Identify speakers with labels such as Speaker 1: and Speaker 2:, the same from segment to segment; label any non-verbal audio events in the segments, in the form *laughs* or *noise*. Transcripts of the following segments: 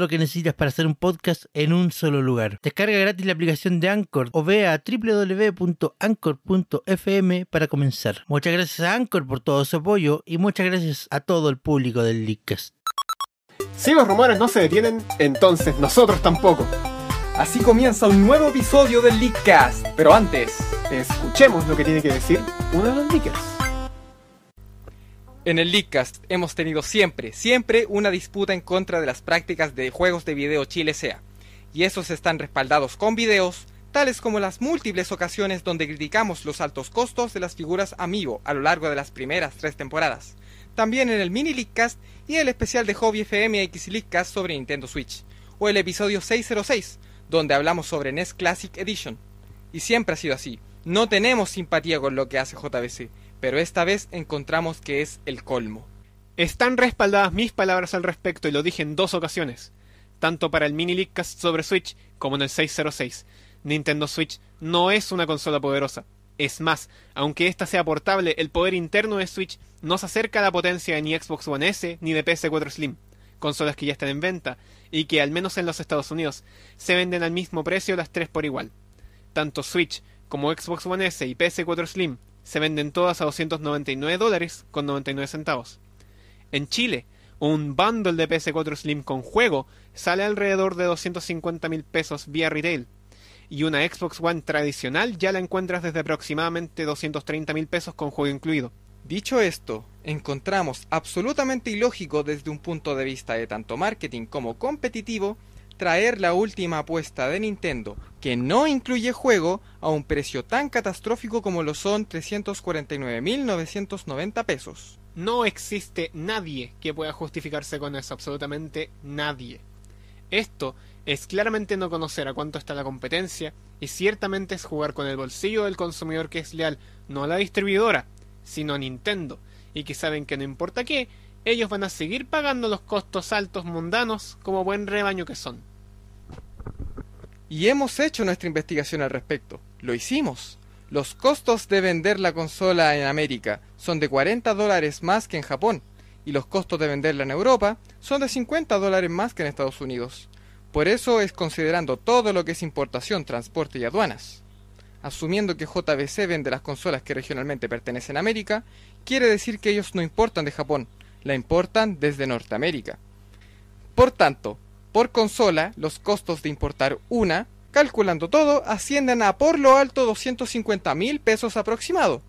Speaker 1: lo que necesitas para hacer un podcast en un solo lugar. Descarga gratis la aplicación de Anchor o ve a www.anchor.fm para comenzar. Muchas gracias a Anchor por todo su apoyo y muchas gracias a todo el público del Leadcast.
Speaker 2: Si los rumores no se detienen, entonces nosotros tampoco.
Speaker 3: Así comienza un nuevo episodio del Leakcast. Pero antes,
Speaker 2: Escuchemos lo que tiene que decir uno de los leakers.
Speaker 3: en el Leakcast hemos tenido siempre, siempre una disputa en contra de las prácticas de juegos de video Chile sea. Y esos están respaldados con videos, tales como las múltiples ocasiones donde criticamos los altos costos de las figuras Amiibo a lo largo de las primeras tres temporadas. También en el mini Leakcast y el especial de Hobby FM X Leakcast sobre Nintendo Switch. O el episodio 606, donde hablamos sobre NES Classic Edition. Y siempre ha sido así. No tenemos simpatía con lo que hace JBC, pero esta vez encontramos que es el colmo.
Speaker 2: Están respaldadas mis palabras al respecto y lo dije en dos ocasiones, tanto para el mini leakcast sobre Switch como en el 606. Nintendo Switch no es una consola poderosa. Es más, aunque esta sea portable, el poder interno de Switch no se acerca a la potencia de ni Xbox One S ni de PS4 Slim, consolas que ya están en venta y que, al menos en los Estados Unidos, se venden al mismo precio las tres por igual. Tanto Switch como Xbox One S y PS4 Slim se venden todas a 299 dólares con 99 centavos. En Chile, un bundle de PS4 Slim con juego sale alrededor de 250 mil pesos vía retail. Y una Xbox One tradicional ya la encuentras desde aproximadamente 230 mil pesos con juego incluido.
Speaker 3: Dicho esto, encontramos absolutamente ilógico desde un punto de vista de tanto marketing como competitivo traer la última apuesta de Nintendo, que no incluye juego, a un precio tan catastrófico como lo son 349.990 pesos.
Speaker 2: No existe nadie que pueda justificarse con eso, absolutamente nadie. Esto es claramente no conocer a cuánto está la competencia y ciertamente es jugar con el bolsillo del consumidor que es leal no a la distribuidora, sino a Nintendo, y que saben que no importa qué, ellos van a seguir pagando los costos altos mundanos como buen rebaño que son.
Speaker 3: Y hemos hecho nuestra investigación al respecto. Lo hicimos. Los costos de vender la consola en América son de 40 dólares más que en Japón y los costos de venderla en Europa son de 50 dólares más que en Estados Unidos. Por eso es considerando todo lo que es importación, transporte y aduanas. Asumiendo que JBC vende las consolas que regionalmente pertenecen a América, quiere decir que ellos no importan de Japón, la importan desde Norteamérica. Por tanto, por consola, los costos de importar una, calculando todo, ascienden a por lo alto 250 mil pesos aproximado.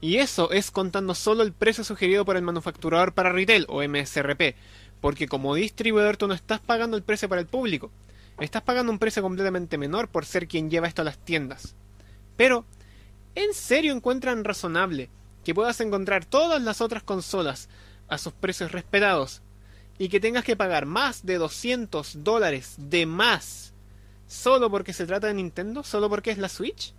Speaker 2: Y eso es contando solo el precio sugerido por el manufacturador para retail o MSRP, porque como distribuidor tú no estás pagando el precio para el público, estás pagando un precio completamente menor por ser quien lleva esto a las tiendas. Pero, ¿en serio encuentran razonable que puedas encontrar todas las otras consolas a sus precios respetados y que tengas que pagar más de 200 dólares de más solo porque se trata de Nintendo, solo porque es la Switch?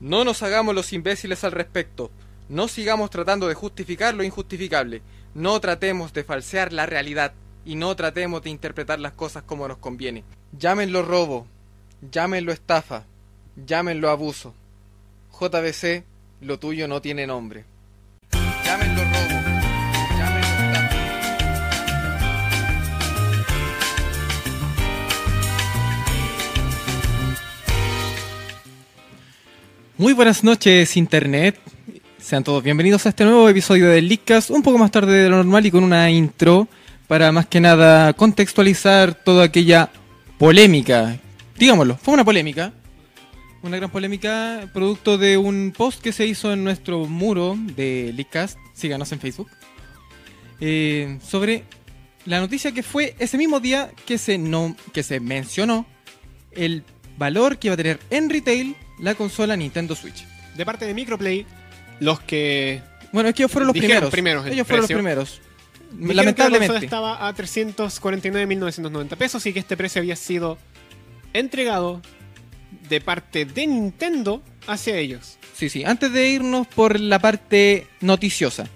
Speaker 3: No nos hagamos los imbéciles al respecto. No sigamos tratando de justificar lo injustificable. No tratemos de falsear la realidad y no tratemos de interpretar las cosas como nos conviene. Llámenlo robo, llámenlo estafa, llámenlo abuso. JBC, lo tuyo no tiene nombre. Llámenlo robo, llámenlo estafa. Muy buenas noches, Internet. Sean todos bienvenidos a este nuevo episodio del Leakcast, un poco más tarde de lo normal y con una intro para más que nada contextualizar toda aquella polémica. Digámoslo, fue una polémica. Una gran polémica, producto de un post que se hizo en nuestro muro de Leakcast, síganos en Facebook, eh, sobre la noticia que fue ese mismo día que se, no, que se mencionó el valor que va a tener en retail la consola Nintendo Switch.
Speaker 2: De parte de Microplay, los que
Speaker 3: Bueno, es que ellos fueron los primeros.
Speaker 2: Dijeron primeros el
Speaker 3: ellos fueron
Speaker 2: precio.
Speaker 3: los primeros.
Speaker 2: Dijeron que la consola
Speaker 3: Lamentablemente.
Speaker 2: estaba a 349.990 pesos y que este precio había sido entregado de parte de Nintendo hacia ellos.
Speaker 3: Sí, sí. Antes de irnos por la parte noticiosa,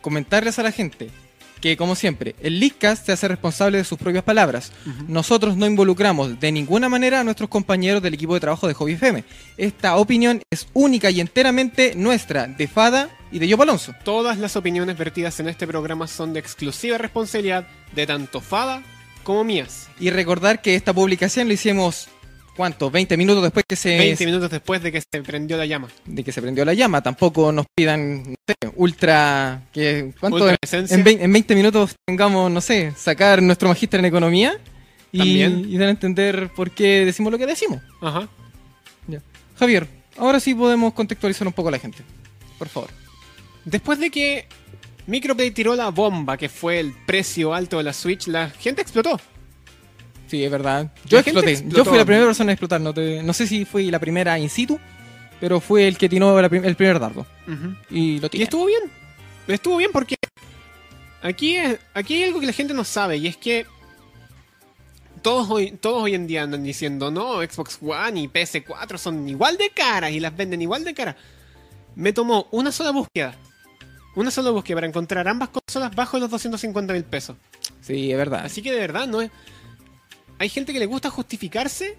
Speaker 3: comentarles a la gente que, como siempre, el Leakcast se hace responsable de sus propias palabras. Nosotros no involucramos de ninguna manera a nuestros compañeros del equipo de trabajo de Hobby FM. Esta opinión es única y enteramente nuestra, de Fada y de Yopo Alonso.
Speaker 2: Todas las opiniones vertidas en este programa son de exclusiva responsabilidad de tanto Fada como mías.
Speaker 3: Y recordar que esta publicación la hicimos, ¿cuánto? ¿20 minutos después que se,
Speaker 2: 20 minutos después de que se prendió la llama.
Speaker 3: de que se prendió la llama. Tampoco nos pidan, no sé, ultra... Que, ¿Cuánto
Speaker 2: Ultra
Speaker 3: es?
Speaker 2: esencia.
Speaker 3: en, vein- en 20 minutos tengamos, no sé, sacar nuestro magíster en economía y,
Speaker 2: También.
Speaker 3: y dar a entender por qué decimos lo que decimos.
Speaker 2: Ajá.
Speaker 3: Ya. Javier, ahora sí podemos contextualizar un poco a la gente. Por favor.
Speaker 2: Después de que Microplay tiró la bomba que fue el precio alto de la Switch, la gente explotó.
Speaker 3: Sí, es verdad. Yo
Speaker 2: La gente
Speaker 3: exploté. Yo
Speaker 2: explotó.
Speaker 3: fui la primera persona en explotar. No, te- no sé si fui la primera in situ, pero fue el que tiró la prim- el primer dardo. Y lo
Speaker 2: Y
Speaker 3: tiré.
Speaker 2: estuvo bien. Estuvo bien porque aquí, es- aquí hay algo que la gente no sabe y es que todos hoy, todos hoy en día andan diciendo, no, Xbox One y PS4 son igual de caras y las venden igual de caras. Me tomó una sola búsqueda. Una sola búsqueda para encontrar ambas consolas bajo los 250 mil pesos.
Speaker 3: Sí, es verdad.
Speaker 2: Así que de verdad, no es. Hay gente que le gusta justificarse.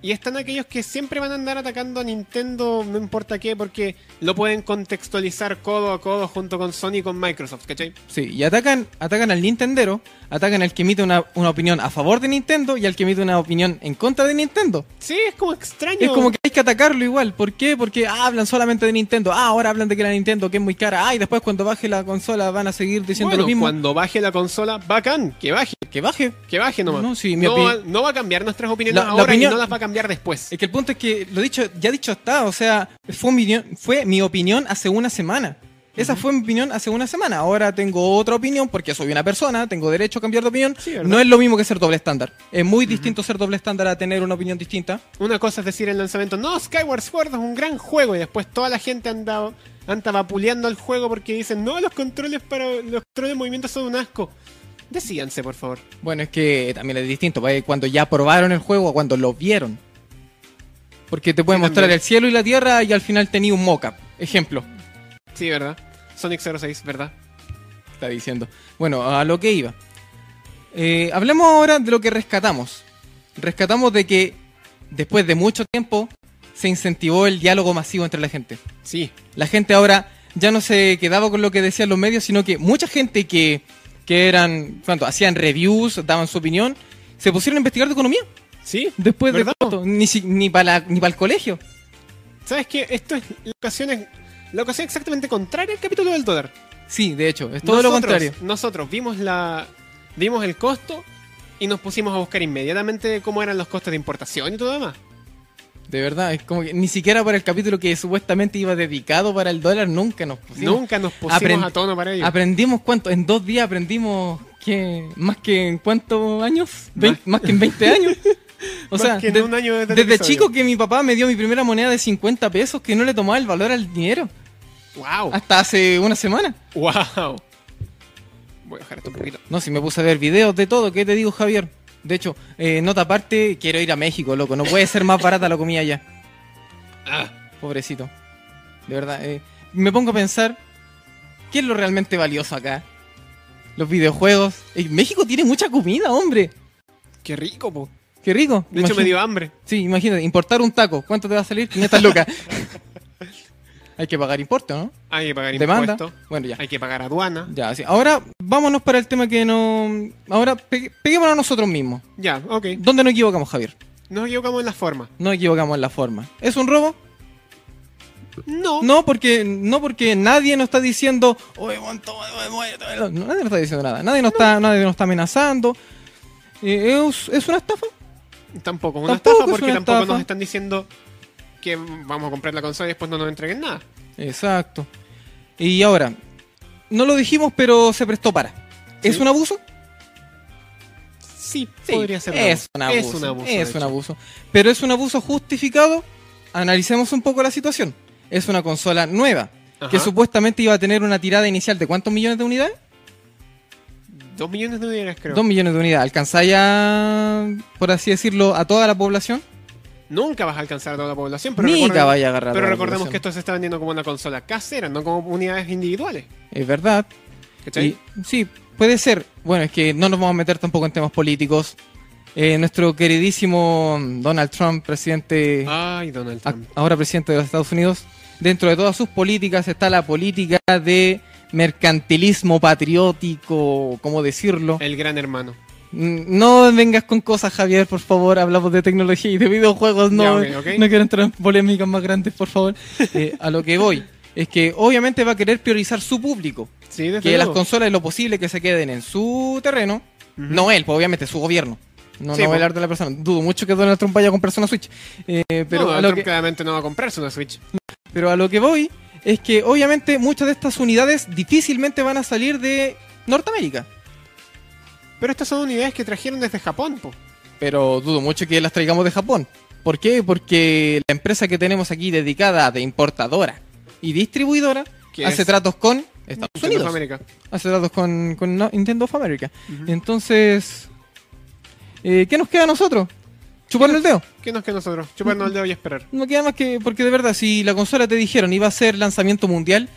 Speaker 2: Y están aquellos que siempre van a andar atacando a Nintendo, no importa qué, porque lo pueden contextualizar codo a codo junto con Sony y con Microsoft, ¿cachai?
Speaker 3: Sí, y atacan, atacan al Nintendero, atacan al que emite una, una opinión a favor de Nintendo y al que emite una opinión en contra de Nintendo.
Speaker 2: Sí, es como extraño.
Speaker 3: Es como que hay que atacarlo igual. ¿Por qué? Porque ah, hablan solamente de Nintendo. Ah, ahora hablan de que la Nintendo que es muy cara. Ah, y después cuando baje la consola van a seguir diciendo
Speaker 2: Bueno,
Speaker 3: lo mismo.
Speaker 2: cuando baje la consola, bacán, que baje,
Speaker 3: Que baje.
Speaker 2: que baje nomás.
Speaker 3: No, sí, mi
Speaker 2: no,
Speaker 3: opi-
Speaker 2: va, no va a cambiar nuestras opiniones
Speaker 3: La- la
Speaker 2: ahora
Speaker 3: opinión-
Speaker 2: y no las va a cambiar después.
Speaker 3: Es que el punto es que lo dicho, ya dicho está. O sea, fue mi opinión, fue mi opinión hace una semana. Esa fue mi opinión hace una semana. Ahora tengo otra opinión porque soy una persona, tengo derecho a cambiar de opinión.
Speaker 2: Sí, ¿verdad?
Speaker 3: no es lo mismo que ser doble estándar. Es muy distinto ser doble estándar a tener una opinión distinta.
Speaker 2: Una cosa es decir el lanzamiento, no, Skyward Sword es un gran juego y después toda la gente andaba, andaba puleando al juego porque dicen, no, los controles para los controles de movimiento son un asco. Decíanse, por favor.
Speaker 3: Bueno, es que también es distinto, porque cuando ya probaron el juego a cuando lo vieron. Porque te pueden
Speaker 2: Sí,
Speaker 3: mostrar
Speaker 2: también.
Speaker 3: el cielo y la tierra y al final tenía un mock Ejemplo,
Speaker 2: Sí, ¿verdad? Sonic 06, ¿verdad?
Speaker 3: está diciendo. Bueno, a lo que iba. Eh, hablemos ahora de lo que rescatamos. Rescatamos de que después de mucho tiempo se incentivó el diálogo masivo entre la gente.
Speaker 2: Sí.
Speaker 3: La gente ahora ya no se quedaba con lo que decían los medios, sino que mucha gente que, que eran, ¿cuánto? hacían reviews, daban su opinión, se pusieron a investigar de economía.
Speaker 2: ¿Sí?
Speaker 3: Después de
Speaker 2: ¿Verdad?
Speaker 3: cuánto, ni, si- ni para ni para el colegio.
Speaker 2: ¿Sabes qué? Esto es la ocasión, es- la ocasión exactamente contraria al capítulo del dólar.
Speaker 3: Sí, de hecho, es todo lo
Speaker 2: Nosotros-
Speaker 3: contrario.
Speaker 2: Nosotros vimos la vimos el costo y nos pusimos a buscar inmediatamente cómo eran los costos de importación y todo lo demás.
Speaker 3: De verdad, es como que ni siquiera para el capítulo que supuestamente iba dedicado para el dólar nunca nos pusimos.
Speaker 2: Nunca nos pusimos
Speaker 3: Aprend-
Speaker 2: a tono para ello.
Speaker 3: Aprendimos cuánto, en dos días aprendimos que más que en cuántos años, Vein-
Speaker 2: Más-
Speaker 3: más, que en 20 años.
Speaker 2: *laughs*
Speaker 3: O
Speaker 2: Más
Speaker 3: sea,
Speaker 2: que en
Speaker 3: de-
Speaker 2: un año desde el
Speaker 3: desde
Speaker 2: episodio.
Speaker 3: chico que mi papá me dio mi primera moneda de 50 pesos que no le tomaba el valor al dinero
Speaker 2: ¡Wow!
Speaker 3: hasta hace una semana.
Speaker 2: ¡Wow! Voy a bajar esto un poquito.
Speaker 3: No, si me puse a ver videos de todo, ¿qué te digo, Javier? De hecho, eh, nota aparte, quiero ir a México, loco. No puede ser
Speaker 2: *laughs*
Speaker 3: más barata la comida allá.
Speaker 2: Ah,
Speaker 3: Pobrecito. De verdad, eh, me pongo a pensar, ¿qué es lo realmente valioso acá? Los videojuegos. Eh, México tiene mucha comida, hombre.
Speaker 2: ¡Qué rico, po!
Speaker 3: Qué rico.
Speaker 2: De hecho,
Speaker 3: Imagina-
Speaker 2: me dio hambre.
Speaker 3: Sí, imagínate, importar un taco. ¿Cuánto te va a salir? 500 lucas. *laughs* Hay que pagar impuesto, ¿no?
Speaker 2: Hay que pagar
Speaker 3: Demanda.
Speaker 2: impuestos.
Speaker 3: Bueno, ya.
Speaker 2: Hay que pagar aduana.
Speaker 3: Ya, sí. Ahora vámonos para el tema que no... Ahora pe- peguémonos a nosotros mismos.
Speaker 2: Ya, ok.
Speaker 3: ¿Dónde nos equivocamos, Javier?
Speaker 2: Nos equivocamos en la forma.
Speaker 3: No equivocamos en la forma. ¿Es un robo?
Speaker 2: No.
Speaker 3: No, porque no porque nadie nos está diciendo, "Oye, weón, toma, weón, muere, toma". No, nadie nos está diciendo nada, nadie nos está nadie nos está amenazando. Eh, es, es una estafa.
Speaker 2: Tampoco. Es una
Speaker 3: Tampoco
Speaker 2: estafa
Speaker 3: es
Speaker 2: porque
Speaker 3: una
Speaker 2: tampoco
Speaker 3: estafa.
Speaker 2: nos están diciendo que vamos a comprar la consola y después no nos entreguen nada.
Speaker 3: Exacto. Y ahora, no lo dijimos, pero se prestó para. ¿Es
Speaker 2: Sí.
Speaker 3: un abuso?
Speaker 2: Sí,
Speaker 3: Sí,
Speaker 2: podría ser un
Speaker 3: es un
Speaker 2: abuso.
Speaker 3: abuso. Es un abuso.
Speaker 2: de hecho.
Speaker 3: Pero es un abuso justificado. Analicemos un poco la situación. Es una consola nueva
Speaker 2: Ajá.
Speaker 3: que supuestamente iba a tener una tirada inicial de cuántos millones de unidades?
Speaker 2: Dos millones de dólares, creo.
Speaker 3: Dos millones de unidades. ¿Alcanzáis a, por así decirlo, a toda la población?
Speaker 2: Nunca vas a alcanzar a toda la población, pero,
Speaker 3: Ni
Speaker 2: recordemos,
Speaker 3: vaya a agarrar. a
Speaker 2: pero
Speaker 3: toda la
Speaker 2: recordemos que
Speaker 3: población.
Speaker 2: esto se está vendiendo como una consola casera, no como unidades individuales.
Speaker 3: Es verdad.
Speaker 2: ¿Cachai?
Speaker 3: Y- sí, puede ser. Bueno, es que no nos vamos a meter tampoco en temas políticos. Eh, nuestro queridísimo Donald Trump, presidente,
Speaker 2: Ay, Donald
Speaker 3: ac-
Speaker 2: Trump.
Speaker 3: ahora presidente de los Estados Unidos, dentro de todas sus políticas está la política de mercantilismo patriótico, ¿cómo decirlo?
Speaker 2: El gran hermano.
Speaker 3: Mm, No vengas con cosas, Javier, por favor. Hablamos de tecnología y de videojuegos. No,
Speaker 2: Ya, ok, ok.
Speaker 3: no quiero entrar en polémicas más grandes, por favor. Eh, a lo que voy es que obviamente va a querer priorizar su público.
Speaker 2: Sí, desde
Speaker 3: Que las
Speaker 2: luego.
Speaker 3: consolas, lo posible, que se queden en su terreno.
Speaker 2: Ujú.
Speaker 3: No él, pues, obviamente, su gobierno. No,
Speaker 2: Sí,
Speaker 3: no va a
Speaker 2: pues.
Speaker 3: hablar de la persona. Dudo mucho que Donald Trump vaya a comprarse una Switch. Eh, pero, a
Speaker 2: No, Donald
Speaker 3: lo
Speaker 2: Trump
Speaker 3: que,
Speaker 2: claramente no va a comprarse una Switch.
Speaker 3: pero a lo que voy es que obviamente muchas de estas unidades difícilmente van a salir de Norteamérica.
Speaker 2: Pero estas son unidades que trajeron desde Japón, po.
Speaker 3: pero dudo mucho que las traigamos de Japón. ¿Por qué? Porque la empresa que tenemos aquí dedicada de importadora y distribuidora
Speaker 2: Que
Speaker 3: hace
Speaker 2: es
Speaker 3: tratos con Estados
Speaker 2: Nintendo
Speaker 3: Unidos,
Speaker 2: of America.
Speaker 3: hace tratos con, con no- Nintendo of America.
Speaker 2: Ujú.
Speaker 3: Entonces, eh, ¿qué nos queda a nosotros? Chuparle el dedo.
Speaker 2: ¿Qué nos queda a nosotros? Chuparnos el dedo y esperar.
Speaker 3: No queda más que, porque de verdad, si la consola te dijeron iba a ser lanzamiento mundial,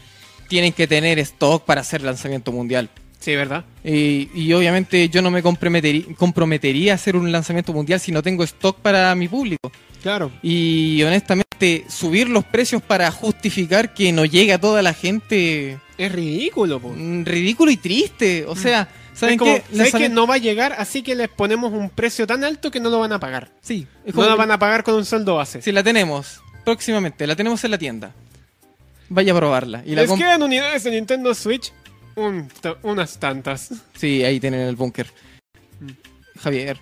Speaker 3: tienen que tener stock para hacer lanzamiento mundial.
Speaker 2: Sí, ¿verdad?
Speaker 3: Y, y obviamente yo no me comprometeri- comprometería a hacer un lanzamiento mundial si no tengo stock para mi público.
Speaker 2: Claro.
Speaker 3: Y honestamente, subir los precios para justificar que no llega a toda la gente,
Speaker 2: Es ridículo, po.
Speaker 3: mm, ridículo y triste. O sea, ¿saben
Speaker 2: Mm. Es como,
Speaker 3: qué?
Speaker 2: ¿sabes que
Speaker 3: Lanzamiento-
Speaker 2: no va a llegar, así que les ponemos un precio tan alto que no lo van a pagar.
Speaker 3: Sí, es
Speaker 2: No
Speaker 3: como
Speaker 2: la
Speaker 3: que-
Speaker 2: van a pagar con un sueldo base.
Speaker 3: Sí, la tenemos próximamente, la tenemos en la tienda. Vaya a probarla. Y la
Speaker 2: Les
Speaker 3: comp-
Speaker 2: quedan unidades de Nintendo Switch. Un- ta- unas tantas.
Speaker 3: Sí, ahí tienen el búnker.
Speaker 2: Mm.
Speaker 3: Javier,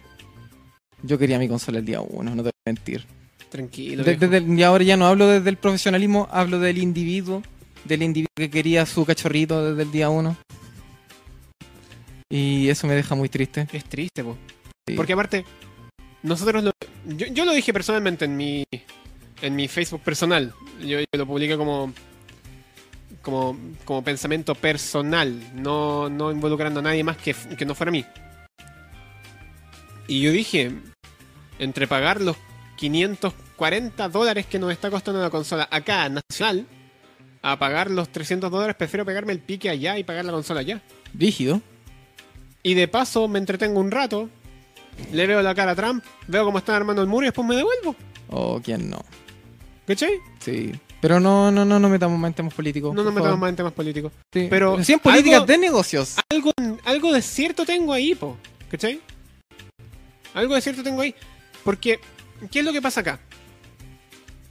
Speaker 3: yo quería mi consola el día uno, no te voy a mentir.
Speaker 2: Tranquilo.
Speaker 3: De-
Speaker 2: viejo.
Speaker 3: desde el- y ahora ya no hablo desde el profesionalismo, hablo del individuo, del individuo que quería su cachorrito desde el día uno. Y eso me deja muy triste.
Speaker 2: Es triste, po.
Speaker 3: Sí.
Speaker 2: Porque aparte, nosotros lo. Yo, yo lo dije personalmente en mi. En mi Facebook personal. Yo, yo lo publiqué como. Como, como pensamiento personal, no, no involucrando a nadie más que, f- que no fuera a mí. Y yo dije, entre pagar los 540 dólares que nos está costando la consola acá, nacional, a pagar los 300 dólares, prefiero pegarme el pique allá y pagar la consola allá.
Speaker 3: Rígido.
Speaker 2: Y de paso me entretengo un rato. Le veo la cara a Trump, veo cómo están armando el muro y después me devuelvo.
Speaker 3: O quién no.
Speaker 2: ¿Cachai?
Speaker 3: Sí. Pero no, no, no, no metamos más en temas políticos.
Speaker 2: No nos
Speaker 3: Oh, por
Speaker 2: metamos
Speaker 3: favor.
Speaker 2: más en temas políticos.
Speaker 3: Sí.
Speaker 2: pero
Speaker 3: Pero sí en políticas
Speaker 2: algo-
Speaker 3: de negocios.
Speaker 2: Algo, algo de cierto tengo ahí, po. ¿Cachai? Algo de cierto tengo ahí. Porque, ¿qué es lo que pasa acá?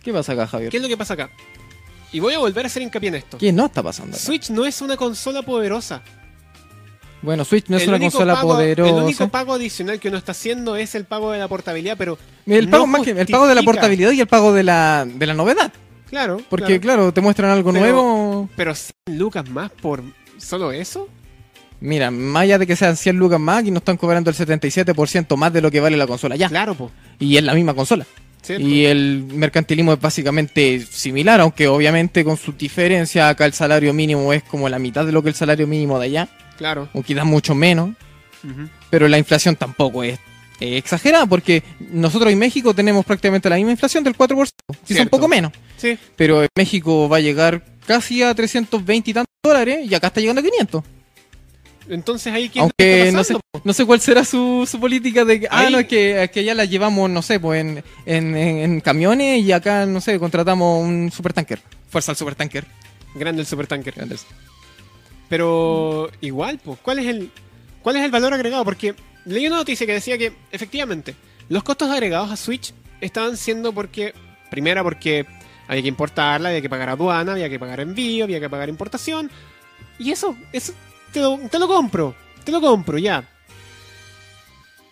Speaker 3: ¿Qué pasa acá, Javier?
Speaker 2: ¿Qué
Speaker 3: ¿Qué,
Speaker 2: es lo que pasa acá? Y voy a volver a hacer hincapié en esto.
Speaker 3: no está pasando acá?
Speaker 2: Switch no es una consola poderosa.
Speaker 3: Bueno, Switch no es
Speaker 2: El
Speaker 3: una
Speaker 2: único
Speaker 3: consola
Speaker 2: pago- El
Speaker 3: poderosa.
Speaker 2: único pago adicional que uno está haciendo es el pago de la portabilidad, pero
Speaker 3: el, pago,
Speaker 2: no
Speaker 3: más que, el pago de la
Speaker 2: justifica.
Speaker 3: portabilidad y el pago de la, de la novedad.
Speaker 2: claro.
Speaker 3: Porque, claro,
Speaker 2: claro.
Speaker 3: te muestran algo
Speaker 2: Pero-
Speaker 3: nuevo.
Speaker 2: Pero 100 lucas más por solo eso.
Speaker 3: Mira, más allá de que sean 100 lucas más, y nos están cobrando el 77% más de lo que vale la consola ya.
Speaker 2: Claro, po.
Speaker 3: Y es la misma consola.
Speaker 2: ¿Cierto?
Speaker 3: Y el mercantilismo es básicamente similar, aunque obviamente con su diferencia acá el salario mínimo es como la mitad de lo que el salario mínimo de allá,
Speaker 2: Claro.
Speaker 3: o quizás mucho menos,
Speaker 2: Ujú.
Speaker 3: pero la inflación tampoco es eh, exagerada, porque nosotros en México tenemos prácticamente la misma inflación del 4%, quizás un
Speaker 2: Cierto.
Speaker 3: poco menos,
Speaker 2: Sí,
Speaker 3: pero en México va a llegar casi a 320 y tantos dólares y acá está llegando a 500.
Speaker 2: entonces ahí quién
Speaker 3: Aunque
Speaker 2: está
Speaker 3: no sé,
Speaker 2: pasando?
Speaker 3: no sé cuál será su, su política de que, ah,
Speaker 2: Ahí-
Speaker 3: no, es que, es que ya la llevamos, no sé, pues en, en, en- en camiones y acá, no sé, contratamos un supertanker. Fuerza al supertanker.
Speaker 2: Grande el supertanker. Pero igual, pues, ¿cuál es el cuál es el valor agregado? Porque leí una noticia que decía que efectivamente los costos agregados a Switch estaban siendo porque primera porque había que importarla, había que pagar aduana, había que pagar envío, había que pagar importación y eso eso te lo, te lo compro, te lo compro ya.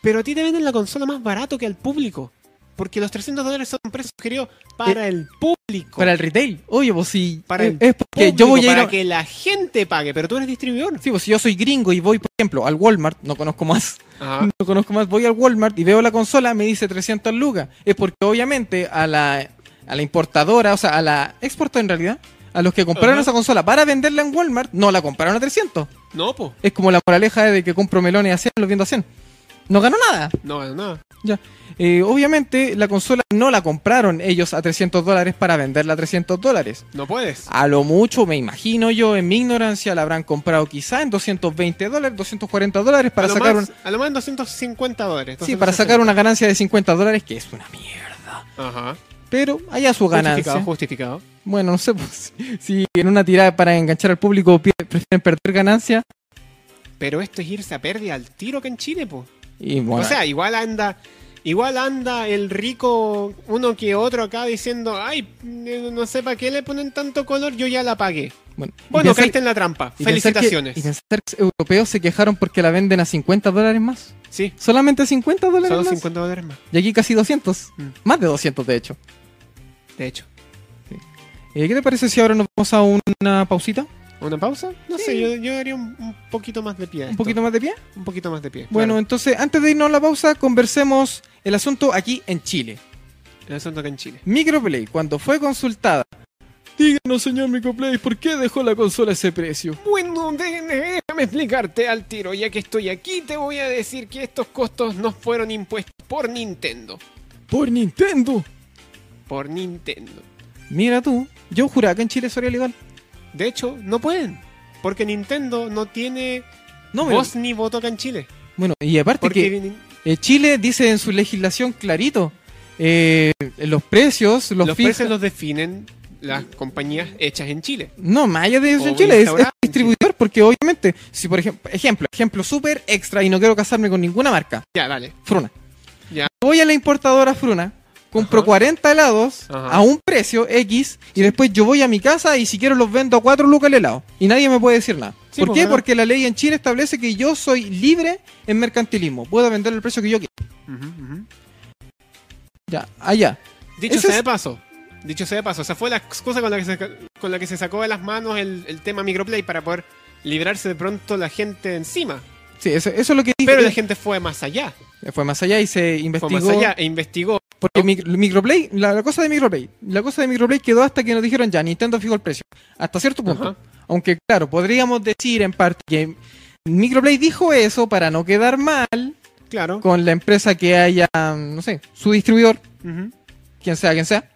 Speaker 2: Pero a ti te venden la consola más barato que al público. Porque los 300 dólares son un precio sugerido para el público.
Speaker 3: Para el retail. Oye, pues sí.
Speaker 2: Para
Speaker 3: es-
Speaker 2: el
Speaker 3: es porque yo
Speaker 2: público,
Speaker 3: voy a ir
Speaker 2: para
Speaker 3: a-
Speaker 2: que la gente pague, pero tú eres distribuidor.
Speaker 3: Sí, pues si yo soy gringo y voy, por ejemplo, al Walmart, no conozco más,
Speaker 2: Ajá.
Speaker 3: no conozco más, voy al Walmart y veo la consola, me dice 300 lucas. Es porque obviamente a la, a la importadora, o sea, a la exportadora en realidad, a los que compraron
Speaker 2: Ajá.
Speaker 3: esa consola para venderla en Walmart, no la compraron a 300.
Speaker 2: No, po.
Speaker 3: Es como la moraleja de que compro melones a 100, los viendo a 100. No ganó nada.
Speaker 2: No, no, no.
Speaker 3: Eh, obviamente la consola no la compraron ellos a 300 dólares para venderla a 300 dólares.
Speaker 2: No puedes.
Speaker 3: A lo mucho, me imagino yo, en mi ignorancia, la habrán comprado quizá en 220 dólares, 240 dólares para
Speaker 2: a, lo
Speaker 3: sacar
Speaker 2: más,
Speaker 3: un-
Speaker 2: a lo más 250 dólares.
Speaker 3: sí, para sacar una ganancia de 50 dólares, que es una mierda.
Speaker 2: Ajá.
Speaker 3: Pero allá su
Speaker 2: Justificado,
Speaker 3: ganancia.
Speaker 2: justificado.
Speaker 3: Bueno, no sé pues, *laughs* si en una tirada para enganchar al público pi- prefieren perder ganancia.
Speaker 2: Pero esto es irse a pérdida al tiro que en Chile, po.
Speaker 3: Y bueno,
Speaker 2: O sea, igual anda. Igual anda el rico uno que otro acá diciendo, ay, eh, no sé para qué le ponen tanto color, yo ya la pagué.
Speaker 3: bueno, y
Speaker 2: Bueno,
Speaker 3: pensar-
Speaker 2: caíste en la trampa.
Speaker 3: y pensar que-
Speaker 2: Felicitaciones.
Speaker 3: y pensar que europeos se quejaron porque la venden a 50 dólares más.
Speaker 2: Sí,
Speaker 3: Solamente 50 dólares
Speaker 2: solo
Speaker 3: más.
Speaker 2: 50 dólares más,
Speaker 3: Y aquí casi 200.
Speaker 2: Mm.
Speaker 3: Más de 200, de hecho.
Speaker 2: de hecho.
Speaker 3: Eh, ¿Qué te parece si ahora nos vamos a una pausita?
Speaker 2: ¿Una pausa? No
Speaker 3: Sí.
Speaker 2: sé, yo, yo daría un, un poquito más de pie. a
Speaker 3: ¿Un
Speaker 2: esto.
Speaker 3: poquito más de pie?
Speaker 2: un poquito más de pie.
Speaker 3: Bueno,
Speaker 2: claro.
Speaker 3: entonces, antes de irnos a la pausa, conversemos el asunto aquí en Chile.
Speaker 2: el asunto acá en Chile.
Speaker 3: Microplay, cuando fue consultada. Díganos, señor Microplay, ¿por qué dejó la consola a ese precio?
Speaker 2: Bueno, déjame explicarte al tiro, ya que estoy aquí, te voy a decir que estos costos no fueron impuestos por Nintendo.
Speaker 3: Por Nintendo.
Speaker 2: Por Nintendo.
Speaker 3: Mira tú, yo juraba que en Chile eso era legal.
Speaker 2: De hecho, no pueden, porque Nintendo no tiene
Speaker 3: No, pero-
Speaker 2: voz ni voto acá en Chile.
Speaker 3: Bueno, y aparte
Speaker 2: Porque
Speaker 3: que eh, Chile dice en su legislación clarito, eh, los precios los,
Speaker 2: los
Speaker 3: fija-
Speaker 2: precios los definen las compañías hechas en Chile.
Speaker 3: No, más allá de eso
Speaker 2: O
Speaker 3: en Chile, es, es
Speaker 2: Oh, restaurante.
Speaker 3: distribuidor, porque obviamente, si por ejemplo, ejemplo, ejemplo súper extra y no quiero casarme con ninguna marca,
Speaker 2: Ya, dale.
Speaker 3: Fruna.
Speaker 2: Ya.
Speaker 3: Voy a la importadora Fruna, compro
Speaker 2: Ajá.
Speaker 3: 40 helados
Speaker 2: Ajá.
Speaker 3: a un precio X y después yo voy a mi casa y si quiero los vendo a 4 lucas el helado. Y nadie me puede decir nada.
Speaker 2: Sí,
Speaker 3: ¿Por
Speaker 2: pues,
Speaker 3: qué?
Speaker 2: ¿verdad?
Speaker 3: Porque la ley en Chile establece que yo soy libre en mercantilismo. Puedo vender el precio que yo quiera. Ya, allá.
Speaker 2: Dicho
Speaker 3: Eso
Speaker 2: sea
Speaker 3: es-
Speaker 2: de paso, dicho sea de paso, esa fue la excusa con la que se, con la que se sacó de las manos el, el tema microplay para poder librarse de pronto la gente de encima.
Speaker 3: Sí, eso, eso es lo que dije.
Speaker 2: Pero la gente fue más allá,
Speaker 3: Fue más allá y se
Speaker 2: fue
Speaker 3: investigó.
Speaker 2: más allá e investigó.
Speaker 3: Porque micro- Microplay, la, la cosa de Microplay, la cosa de Microplay quedó hasta que nos dijeron ya, Nintendo fijó el precio. Hasta cierto punto.
Speaker 2: Ajá.
Speaker 3: Aunque claro, podríamos decir en parte que Microplay dijo eso para no quedar mal
Speaker 2: Claro.
Speaker 3: con la empresa que haya, no sé, su distribuidor,
Speaker 2: Ujú.
Speaker 3: quien sea, quien sea.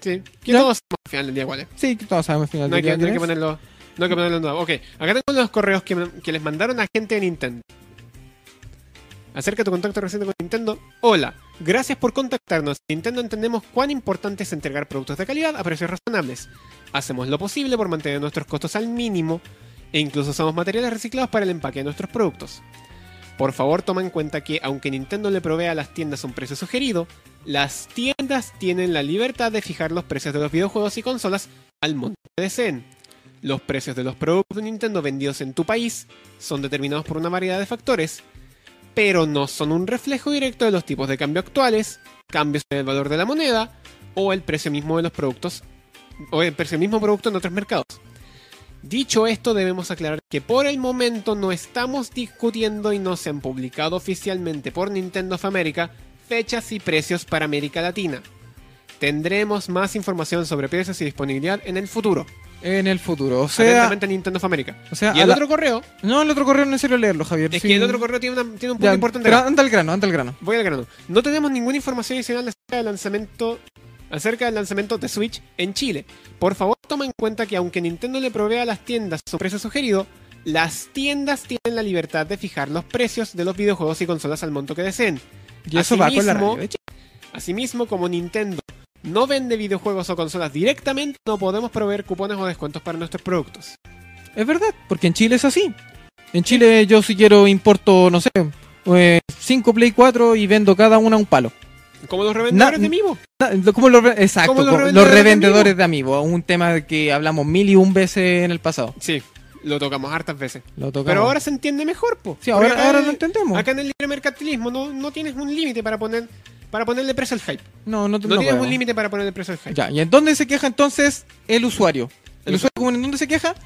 Speaker 2: Sí. Que
Speaker 3: ¿Ya?
Speaker 2: todos somos al final del día iguales.
Speaker 3: Sí, que todos sabemos al final
Speaker 2: eh. No hay
Speaker 3: del día
Speaker 2: que, no hay
Speaker 3: quién
Speaker 2: que
Speaker 3: es.
Speaker 2: ponerlo. No hay que ponerlo en duda. Ok, acá tengo los correos que, me- que les mandaron a gente de Nintendo. Acerca de tu contacto reciente con Nintendo. Hola, gracias por contactarnos. En Nintendo entendemos cuán importante es entregar productos de calidad a precios razonables. Hacemos lo posible por mantener nuestros costos al mínimo e incluso usamos materiales reciclados para el empaque de nuestros productos. Por favor, toma en cuenta que aunque Nintendo le provea a las tiendas un precio sugerido, las tiendas tienen la libertad de fijar los precios de los videojuegos y consolas al monto que deseen. Los precios de los productos de Nintendo vendidos en tu país son determinados por una variedad de factores, pero no son un reflejo directo de los tipos de cambio actuales, cambios en el valor de la moneda o el precio mismo de los productos o el precio del mismo producto en otros mercados. Dicho esto, debemos aclarar que por el momento no estamos discutiendo y no se han publicado oficialmente por Nintendo of America fechas y precios para América Latina. Tendremos más información sobre precios y disponibilidad en el futuro.
Speaker 3: En el futuro. O sea,
Speaker 2: Atentamente Nintendo of America.
Speaker 3: o sea
Speaker 2: Y
Speaker 3: a
Speaker 2: el
Speaker 3: la-
Speaker 2: otro correo,
Speaker 3: no, el otro correo no es serio leerlo, Javier.
Speaker 2: es
Speaker 3: sí.
Speaker 2: que el otro correo tiene, una- tiene un punto
Speaker 3: Ya,
Speaker 2: importante.
Speaker 3: Pero
Speaker 2: acá.
Speaker 3: anda al grano, anda al grano.
Speaker 2: Voy al grano. No tenemos ninguna información adicional acerca del lanzamiento acerca del lanzamiento de Switch en Chile. Por favor, toma en cuenta que aunque Nintendo le provea a las tiendas su precio sugerido, las tiendas tienen la libertad de fijar los precios de los videojuegos y consolas al monto que deseen.
Speaker 3: Y eso va con la
Speaker 2: Asimismo,
Speaker 3: radio. de Chile.
Speaker 2: Asimismo, como Nintendo no vende videojuegos o consolas directamente, no podemos proveer cupones o descuentos para nuestros productos.
Speaker 3: Es verdad, porque en Chile es así. En Chile yo si quiero importo, no sé, 5 Play 4 y vendo cada una un palo.
Speaker 2: Como los revendedores
Speaker 3: Na-
Speaker 2: de Mivo.
Speaker 3: Na- lo- como los re- exacto,
Speaker 2: Como los
Speaker 3: como los,
Speaker 2: revendedores de
Speaker 3: revendedores de amigos, un tema que hablamos mil y un veces en el pasado.
Speaker 2: Sí, lo tocamos hartas veces.
Speaker 3: Lo tocamos.
Speaker 2: Pero ahora se entiende mejor, po.
Speaker 3: sí, ahora,
Speaker 2: Porque acá
Speaker 3: ahora
Speaker 2: el-
Speaker 3: lo entendemos.
Speaker 2: Acá en el libre mercantilismo no, no tienes un límite para poner Para ponerle precio al hype.
Speaker 3: No, no, te-
Speaker 2: No, tienes
Speaker 3: podemos.
Speaker 2: un límite para ponerle precio al hype.
Speaker 3: Ya, ¿y en dónde se queja entonces el usuario? El
Speaker 2: El
Speaker 3: usuario común, ¿en dónde se queja?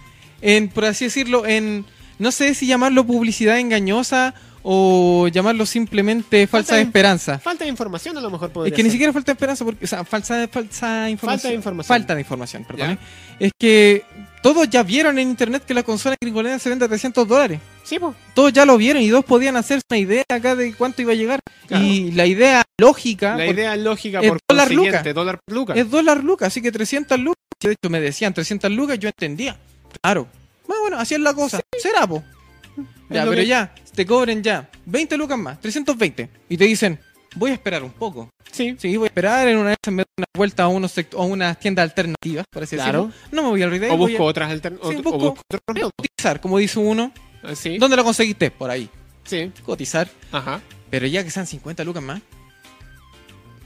Speaker 3: En, por así decirlo, en, no sé si llamarlo publicidad engañosa o llamarlo simplemente falsa
Speaker 2: Falta de-
Speaker 3: esperanza.
Speaker 2: Falta de información a lo mejor
Speaker 3: Es
Speaker 2: podría
Speaker 3: que ni
Speaker 2: ser.
Speaker 3: siquiera falta de esperanza, porque, o sea, falsa, falsa información.
Speaker 2: Falta de información.
Speaker 3: Falta de información, perdón. ¿eh? Es que todos ya vieron en internet que la consola gringoleña se vende a 300 dólares.
Speaker 2: Sí, po.
Speaker 3: Todos ya lo vieron y dos podían hacerse una idea acá de cuánto iba a llegar.
Speaker 2: Claro.
Speaker 3: Y la idea lógica
Speaker 2: La
Speaker 3: Ah, por-
Speaker 2: idea lógica
Speaker 3: es
Speaker 2: por
Speaker 3: dólar
Speaker 2: consiguiente,
Speaker 3: lucas.
Speaker 2: dólar por lucas.
Speaker 3: es dólar lucas, así que 300 lucas. De hecho, me decían 300 lucas, yo entendía. Claro. Más bueno, así es la cosa. Será, po. Ya,
Speaker 2: lo
Speaker 3: pero
Speaker 2: que-
Speaker 3: ya, te cobren ya 20 lucas más, 320. Y te dicen, voy a esperar un poco.
Speaker 2: Sí.
Speaker 3: Sí, voy a esperar en una vez me doy una vuelta a unos sect- a unas tiendas alternativas, por así
Speaker 2: Claro.
Speaker 3: decirlo. No me voy al retail,
Speaker 2: O
Speaker 3: voy
Speaker 2: busco
Speaker 3: a
Speaker 2: otras alternativas.
Speaker 3: Sí,
Speaker 2: o
Speaker 3: busco-
Speaker 2: busco otros medios.
Speaker 3: cotizar, como dice uno.
Speaker 2: Ah, Sí,
Speaker 3: ¿Dónde lo conseguiste? Por ahí.
Speaker 2: sí.
Speaker 3: Cotizar.
Speaker 2: Ajá.
Speaker 3: Pero ya que sean 50 lucas más.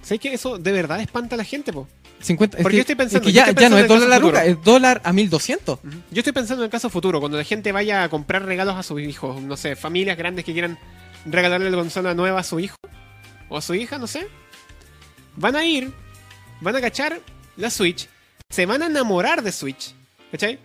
Speaker 2: Sé que eso de verdad espanta a la gente, po.
Speaker 3: 50, es
Speaker 2: Porque
Speaker 3: que-
Speaker 2: yo estoy pensando,
Speaker 3: es que
Speaker 2: yo
Speaker 3: ya,
Speaker 2: estoy
Speaker 3: ya no
Speaker 2: pensando
Speaker 3: es dólar
Speaker 2: en
Speaker 3: la luca,
Speaker 2: casos
Speaker 3: es dólar a 1200.
Speaker 2: Yo estoy pensando en el caso futuro, cuando la gente vaya a comprar regalos a sus hijos, no sé, familias grandes que quieran regalarle la consola nueva a su hijo o a su hija, no sé. Van a ir, van a cachar la Switch, se van a enamorar de Switch, ¿cachai?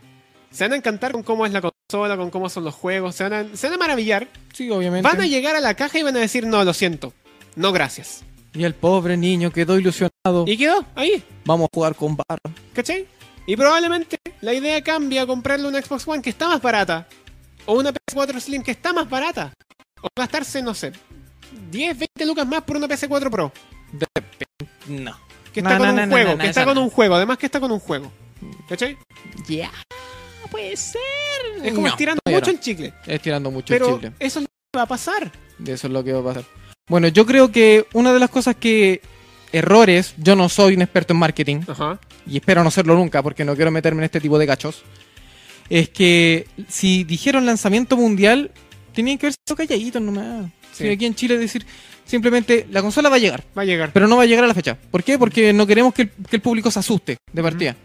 Speaker 2: Se van a encantar con cómo es la consola, con cómo son los juegos, se van a, se van a maravillar.
Speaker 3: Sí, obviamente.
Speaker 2: Van a llegar a la caja y van a decir, no, lo siento, no gracias.
Speaker 3: Y el pobre niño quedó ilusionado.
Speaker 2: Y quedó ahí,
Speaker 3: Vamos a jugar con barra.
Speaker 2: ¿cachai? Y probablemente la idea cambia a comprarle una Xbox One que está más barata. O una PS4 Slim que está más barata. O gastarse, no sé, 10, 20 lucas más por una PS4 Pro.
Speaker 3: No.
Speaker 2: Que
Speaker 3: No,
Speaker 2: está con
Speaker 3: no,
Speaker 2: un
Speaker 3: no, no,
Speaker 2: juego,
Speaker 3: no,
Speaker 2: que
Speaker 3: esa
Speaker 2: está con
Speaker 3: no.
Speaker 2: un juego. Además que está con un juego. ¿Cachai?
Speaker 3: Ya. Puede ser.
Speaker 2: Es como estirando mucho el chicle.
Speaker 3: Estirando mucho el
Speaker 2: Pero
Speaker 3: chile.
Speaker 2: eso es lo que va a pasar.
Speaker 3: De eso es lo que va a pasar. Bueno, yo creo que una de las cosas que. Errores, yo no soy un experto en marketing
Speaker 2: Ajá.
Speaker 3: y espero no serlo nunca porque no quiero meterme en este tipo de gachos. Es que si dijeron lanzamiento mundial, tenían que haber sido calladitos nomás.
Speaker 2: Sí.
Speaker 3: Si aquí en Chile decir simplemente la consola va a llegar,
Speaker 2: Va a llegar.
Speaker 3: pero no va a llegar a la fecha. ¿Por qué? Porque no queremos que el, que el público se asuste de partida.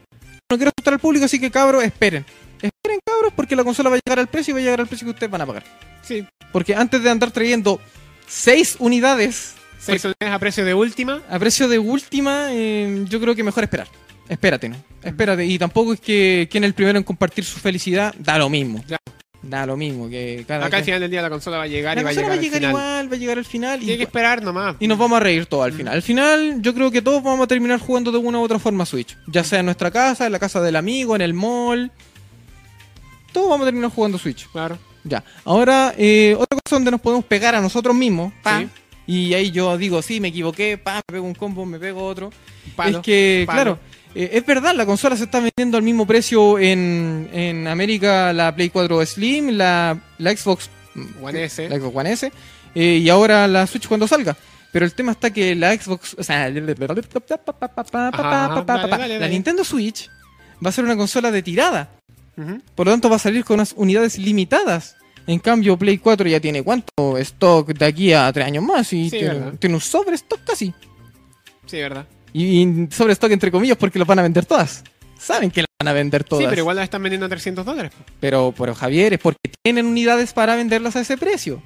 Speaker 3: No quiero asustar al público, así que cabros, esperen. Esperen, cabros, porque la consola va a llegar al precio y va a llegar al precio que ustedes van a pagar.
Speaker 2: Sí.
Speaker 3: Porque antes de andar trayendo seis unidades
Speaker 2: Seis unidades a precio de última.
Speaker 3: a precio de última, eh, yo creo que mejor esperar. Espérate, ¿no? Espérate. Y tampoco es que quien es el primero en compartir su felicidad, da lo mismo.
Speaker 2: Ya.
Speaker 3: Da lo mismo que cada
Speaker 2: Acá al
Speaker 3: quien-
Speaker 2: final del día la consola va a llegar
Speaker 3: La
Speaker 2: y va a
Speaker 3: consola
Speaker 2: llegar,
Speaker 3: va a
Speaker 2: al
Speaker 3: llegar
Speaker 2: final.
Speaker 3: igual, va a llegar al final.
Speaker 2: Tiene que
Speaker 3: Y,
Speaker 2: esperar nomás.
Speaker 3: y nos vamos a reír todos al
Speaker 2: Mm.
Speaker 3: final. Al final, yo creo que todos vamos a terminar jugando de una u otra forma Switch.
Speaker 2: Mm.
Speaker 3: Ya sea en nuestra casa, en la casa del amigo, en el mall. Todos vamos a terminar jugando Switch.
Speaker 2: Claro.
Speaker 3: Ya. Ahora, eh, otra cosa donde nos podemos pegar a nosotros mismos. pa,
Speaker 2: Sí.
Speaker 3: Y ahí yo digo, sí, me equivoqué, pa, me pego un combo, me pego otro.
Speaker 2: Palo.
Speaker 3: es que,
Speaker 2: palo.
Speaker 3: claro, eh, es verdad, la consola se está vendiendo al mismo precio en, en América, la Play 4 Slim, la, la Xbox mm,
Speaker 2: One S.
Speaker 3: la Xbox One S, eh, y ahora la Switch cuando salga. Pero el tema está que la Xbox, o sea, *laughs*
Speaker 2: ajá, dale, dale,
Speaker 3: la
Speaker 2: dale.
Speaker 3: Nintendo Switch va a ser una consola de tirada.
Speaker 2: Ujú.
Speaker 3: Por lo tanto, va a salir con unas unidades limitadas. En cambio, Play 4 ya tiene cuánto stock de aquí a tres años más y
Speaker 2: Sí,
Speaker 3: tiene,
Speaker 2: verdad.
Speaker 3: tiene un sobrestock casi.
Speaker 2: Sí, verdad.
Speaker 3: Y, y sobrestock entre comillas porque las van a vender todas. Saben que las van a vender todas.
Speaker 2: Sí, pero igual las están vendiendo a 300 dólares.
Speaker 3: pero, pero, Javier, es porque tienen unidades para venderlas a ese precio.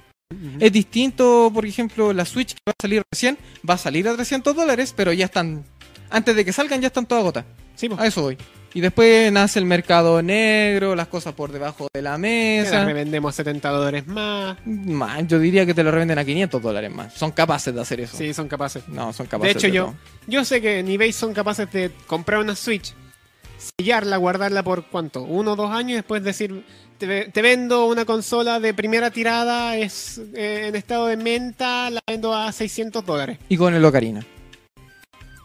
Speaker 3: Es distinto, por ejemplo, la Switch que va a salir recién, va a salir a 300 dólares, pero ya están, antes de que salgan ya están todas gotas.
Speaker 2: Sí, pues.
Speaker 3: A eso voy. Y después nace el mercado negro, las cosas por debajo de la
Speaker 2: Que
Speaker 3: mesa.
Speaker 2: las revendemos a 70 dólares más.
Speaker 3: Man, yo diría que te lo revenden a 500 dólares más. Son capaces de hacer eso.
Speaker 2: Sí, son capaces.
Speaker 3: No, son capaces.
Speaker 2: de hecho, yo,
Speaker 3: todo.
Speaker 2: yo sé que en eBay son capaces de comprar una Switch, sellarla, guardarla por cuánto, uno o dos años y después decir, te, ve- te vendo una consola de primera tirada, es eh, en estado de menta, la vendo a 600 dólares.
Speaker 3: Y con el Ocarina.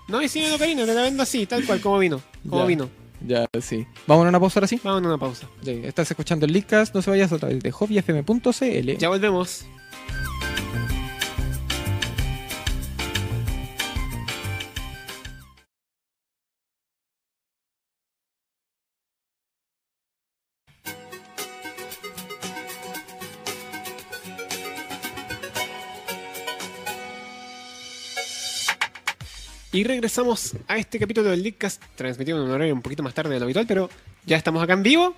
Speaker 2: No, y sí, Locarino, te la vendo así, tal cual, como vino. Como
Speaker 3: Ya.
Speaker 2: vino.
Speaker 3: Ya, sí. Vamos a una pausa ahora sí.
Speaker 2: Vamos a una pausa.
Speaker 3: Sí, Estás escuchando el Leadcast, no se vayas a través de hobbyfm.cl.
Speaker 2: Ya volvemos. Y regresamos a este capítulo del Leadcast, transmitido en un horario un poquito más tarde de lo habitual, pero ya estamos acá en vivo.